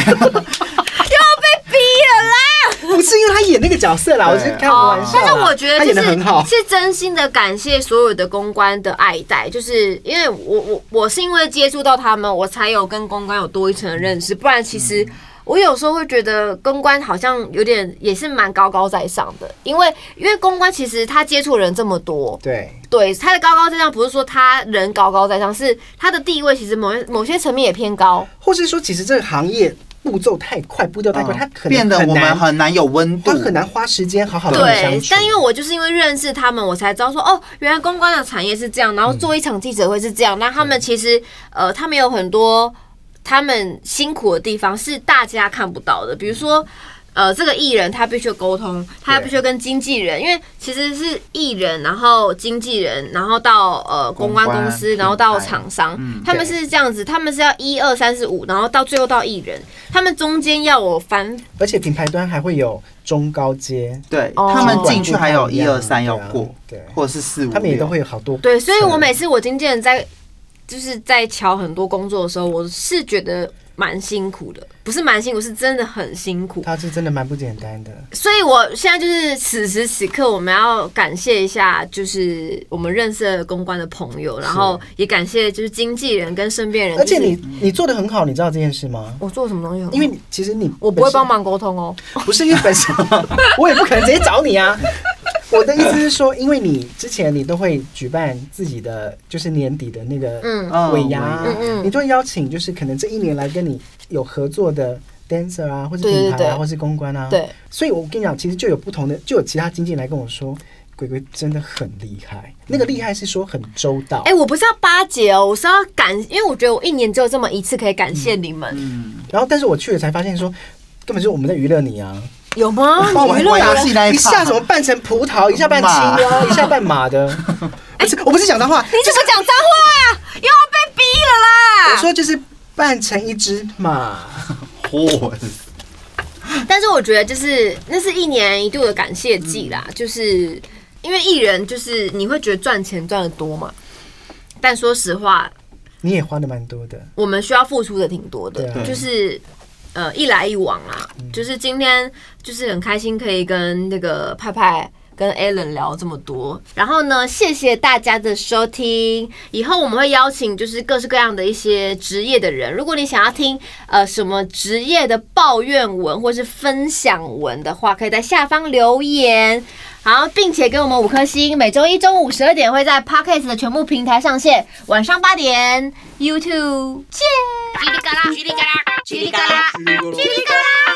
Speaker 1: 逼了啦！
Speaker 4: 不是因为他演那个角色啦，我是
Speaker 3: 对
Speaker 4: 开玩笑
Speaker 1: 哦但
Speaker 4: 啦。
Speaker 1: 是我觉得
Speaker 4: 他
Speaker 1: 就
Speaker 4: 演的很好
Speaker 1: 是，是真心的感谢所有的公关的爱戴，就是因为我我我是因为接触到他们，我才有跟公关有多一层的认识，不然其实。我有时候会觉得公关好像有点也是蛮高高在上的，因为因为公关其实他接触的人这么多，
Speaker 4: 对，
Speaker 1: 对他的高高在上不是说他人高高在上，是他的地位其实某某些层面也偏高。
Speaker 4: 或是说其实这个行业步骤太快，步调太快，他可能
Speaker 3: 哦变得
Speaker 4: 很
Speaker 3: 我们
Speaker 4: 难
Speaker 3: 很难有温度
Speaker 4: 他，很难花时间好好跟你相
Speaker 1: 对
Speaker 4: 处，。
Speaker 1: 但因为我就是因为认识他们，我才知道说哦，原来公关的产业是这样，然后做一场记者会是这样。那他们其实呃，他们有很多他们辛苦的地方是大家看不到的，比如说。呃，这个艺人他必须沟通，他
Speaker 4: 对
Speaker 1: 必须跟经纪人，因为其实是艺人，然后经纪人，然后到呃公关
Speaker 3: 公关
Speaker 1: 公司，
Speaker 4: 嗯
Speaker 3: 品
Speaker 1: 然后到
Speaker 3: 牌
Speaker 1: 厂商
Speaker 3: 嗯，
Speaker 1: 他们是这样子，他们是要一二三四五，然后到最后到艺人，他们中间要我反
Speaker 4: 而且品牌端还会有中高阶，
Speaker 3: 对
Speaker 1: 哦
Speaker 3: 他们进去还有一二三要
Speaker 4: 对
Speaker 3: 过
Speaker 4: 啊，对
Speaker 3: 或者是四五，
Speaker 4: 他们也都会有好多
Speaker 1: 对，所以我
Speaker 4: 层
Speaker 1: 每次我经纪人在就是在瞧很多工作的时候，我是觉得蛮辛苦的，不是蛮辛苦，是真的很辛苦。
Speaker 4: 他是真的蛮不简单的。
Speaker 1: 所以我现在就是此时此刻，我们要感谢一下，就是我们认识的公关的朋友，然后也感谢就是经纪人跟身边人。
Speaker 4: 而且
Speaker 1: 就是
Speaker 4: 你你做的很好，你知道这件事吗？
Speaker 1: 我做什么东西很好？
Speaker 4: 因为你其实你
Speaker 1: 我不会
Speaker 4: 本身
Speaker 1: 帮，忙沟通哦。
Speaker 4: 不是因为本
Speaker 1: *laughs*
Speaker 4: 身我也不可能直接找你啊。我的意思是说，因为你之前你都会举办自己的就是年底的那个
Speaker 1: 嗯
Speaker 3: 嗯
Speaker 4: 尾牙
Speaker 3: 嗯
Speaker 1: 嗯，
Speaker 4: 你就会邀请就是可能这一年来跟你有合作的 dancer 啊，或是
Speaker 1: 对对
Speaker 4: 品牌
Speaker 1: 对
Speaker 4: 啊，或是公关啊。
Speaker 1: 对，
Speaker 4: 所以我跟你讲，其实就有不同的，就有其他经纪人来跟我说，鬼鬼真的很厉害。那个厉害是说很周到。
Speaker 1: 哎、我不是要巴结哦，我是要感，因为我觉得我一年只有这么一次可以感谢你们，
Speaker 3: 嗯，
Speaker 4: 然后，但是我去了才发现说，根本就是我们在娱乐你啊！
Speaker 1: 有
Speaker 4: *laughs*
Speaker 1: 吗？
Speaker 4: 哦
Speaker 3: 帮我
Speaker 1: 你娱
Speaker 3: 们
Speaker 1: 乐
Speaker 3: 玩游
Speaker 1: 我
Speaker 3: 戏那一
Speaker 4: 一下
Speaker 3: 趴
Speaker 4: 怎么扮成葡萄，一下扮青蛙，一下扮
Speaker 3: *laughs*
Speaker 4: 马的。不是，我不是讲脏
Speaker 3: 哎
Speaker 4: 话，
Speaker 1: 你怎么讲脏话、啊？又要被逼了啦！
Speaker 4: 我说就是扮成一只马。
Speaker 3: 嚯，
Speaker 1: 但是我觉得就是那是一年一度的感谢季啦，就是因为艺人就是你会觉得赚钱赚的多嘛，但说实话，
Speaker 4: 你也花的蛮多的，
Speaker 1: 我们需要付出的挺多的，
Speaker 4: 对
Speaker 3: 啊
Speaker 1: 就是。呃，一来一往啊，就是今天就是很开心可以跟那个派派跟 Allen 聊这么多，然后呢，谢谢大家的收听。以后我们会邀请就是各式各样的一些职业的人，如果你想要听呃什么职业的抱怨文或是分享文的话，可以在下方留言。好，并且给我们五颗星。每周一中午十二点会在 Podcast 的全部平台上线，晚上八点 YouTube 见。
Speaker 2: 叽里嘎啦，叽里嘎啦，叽里嘎啦，叽里嘎啦。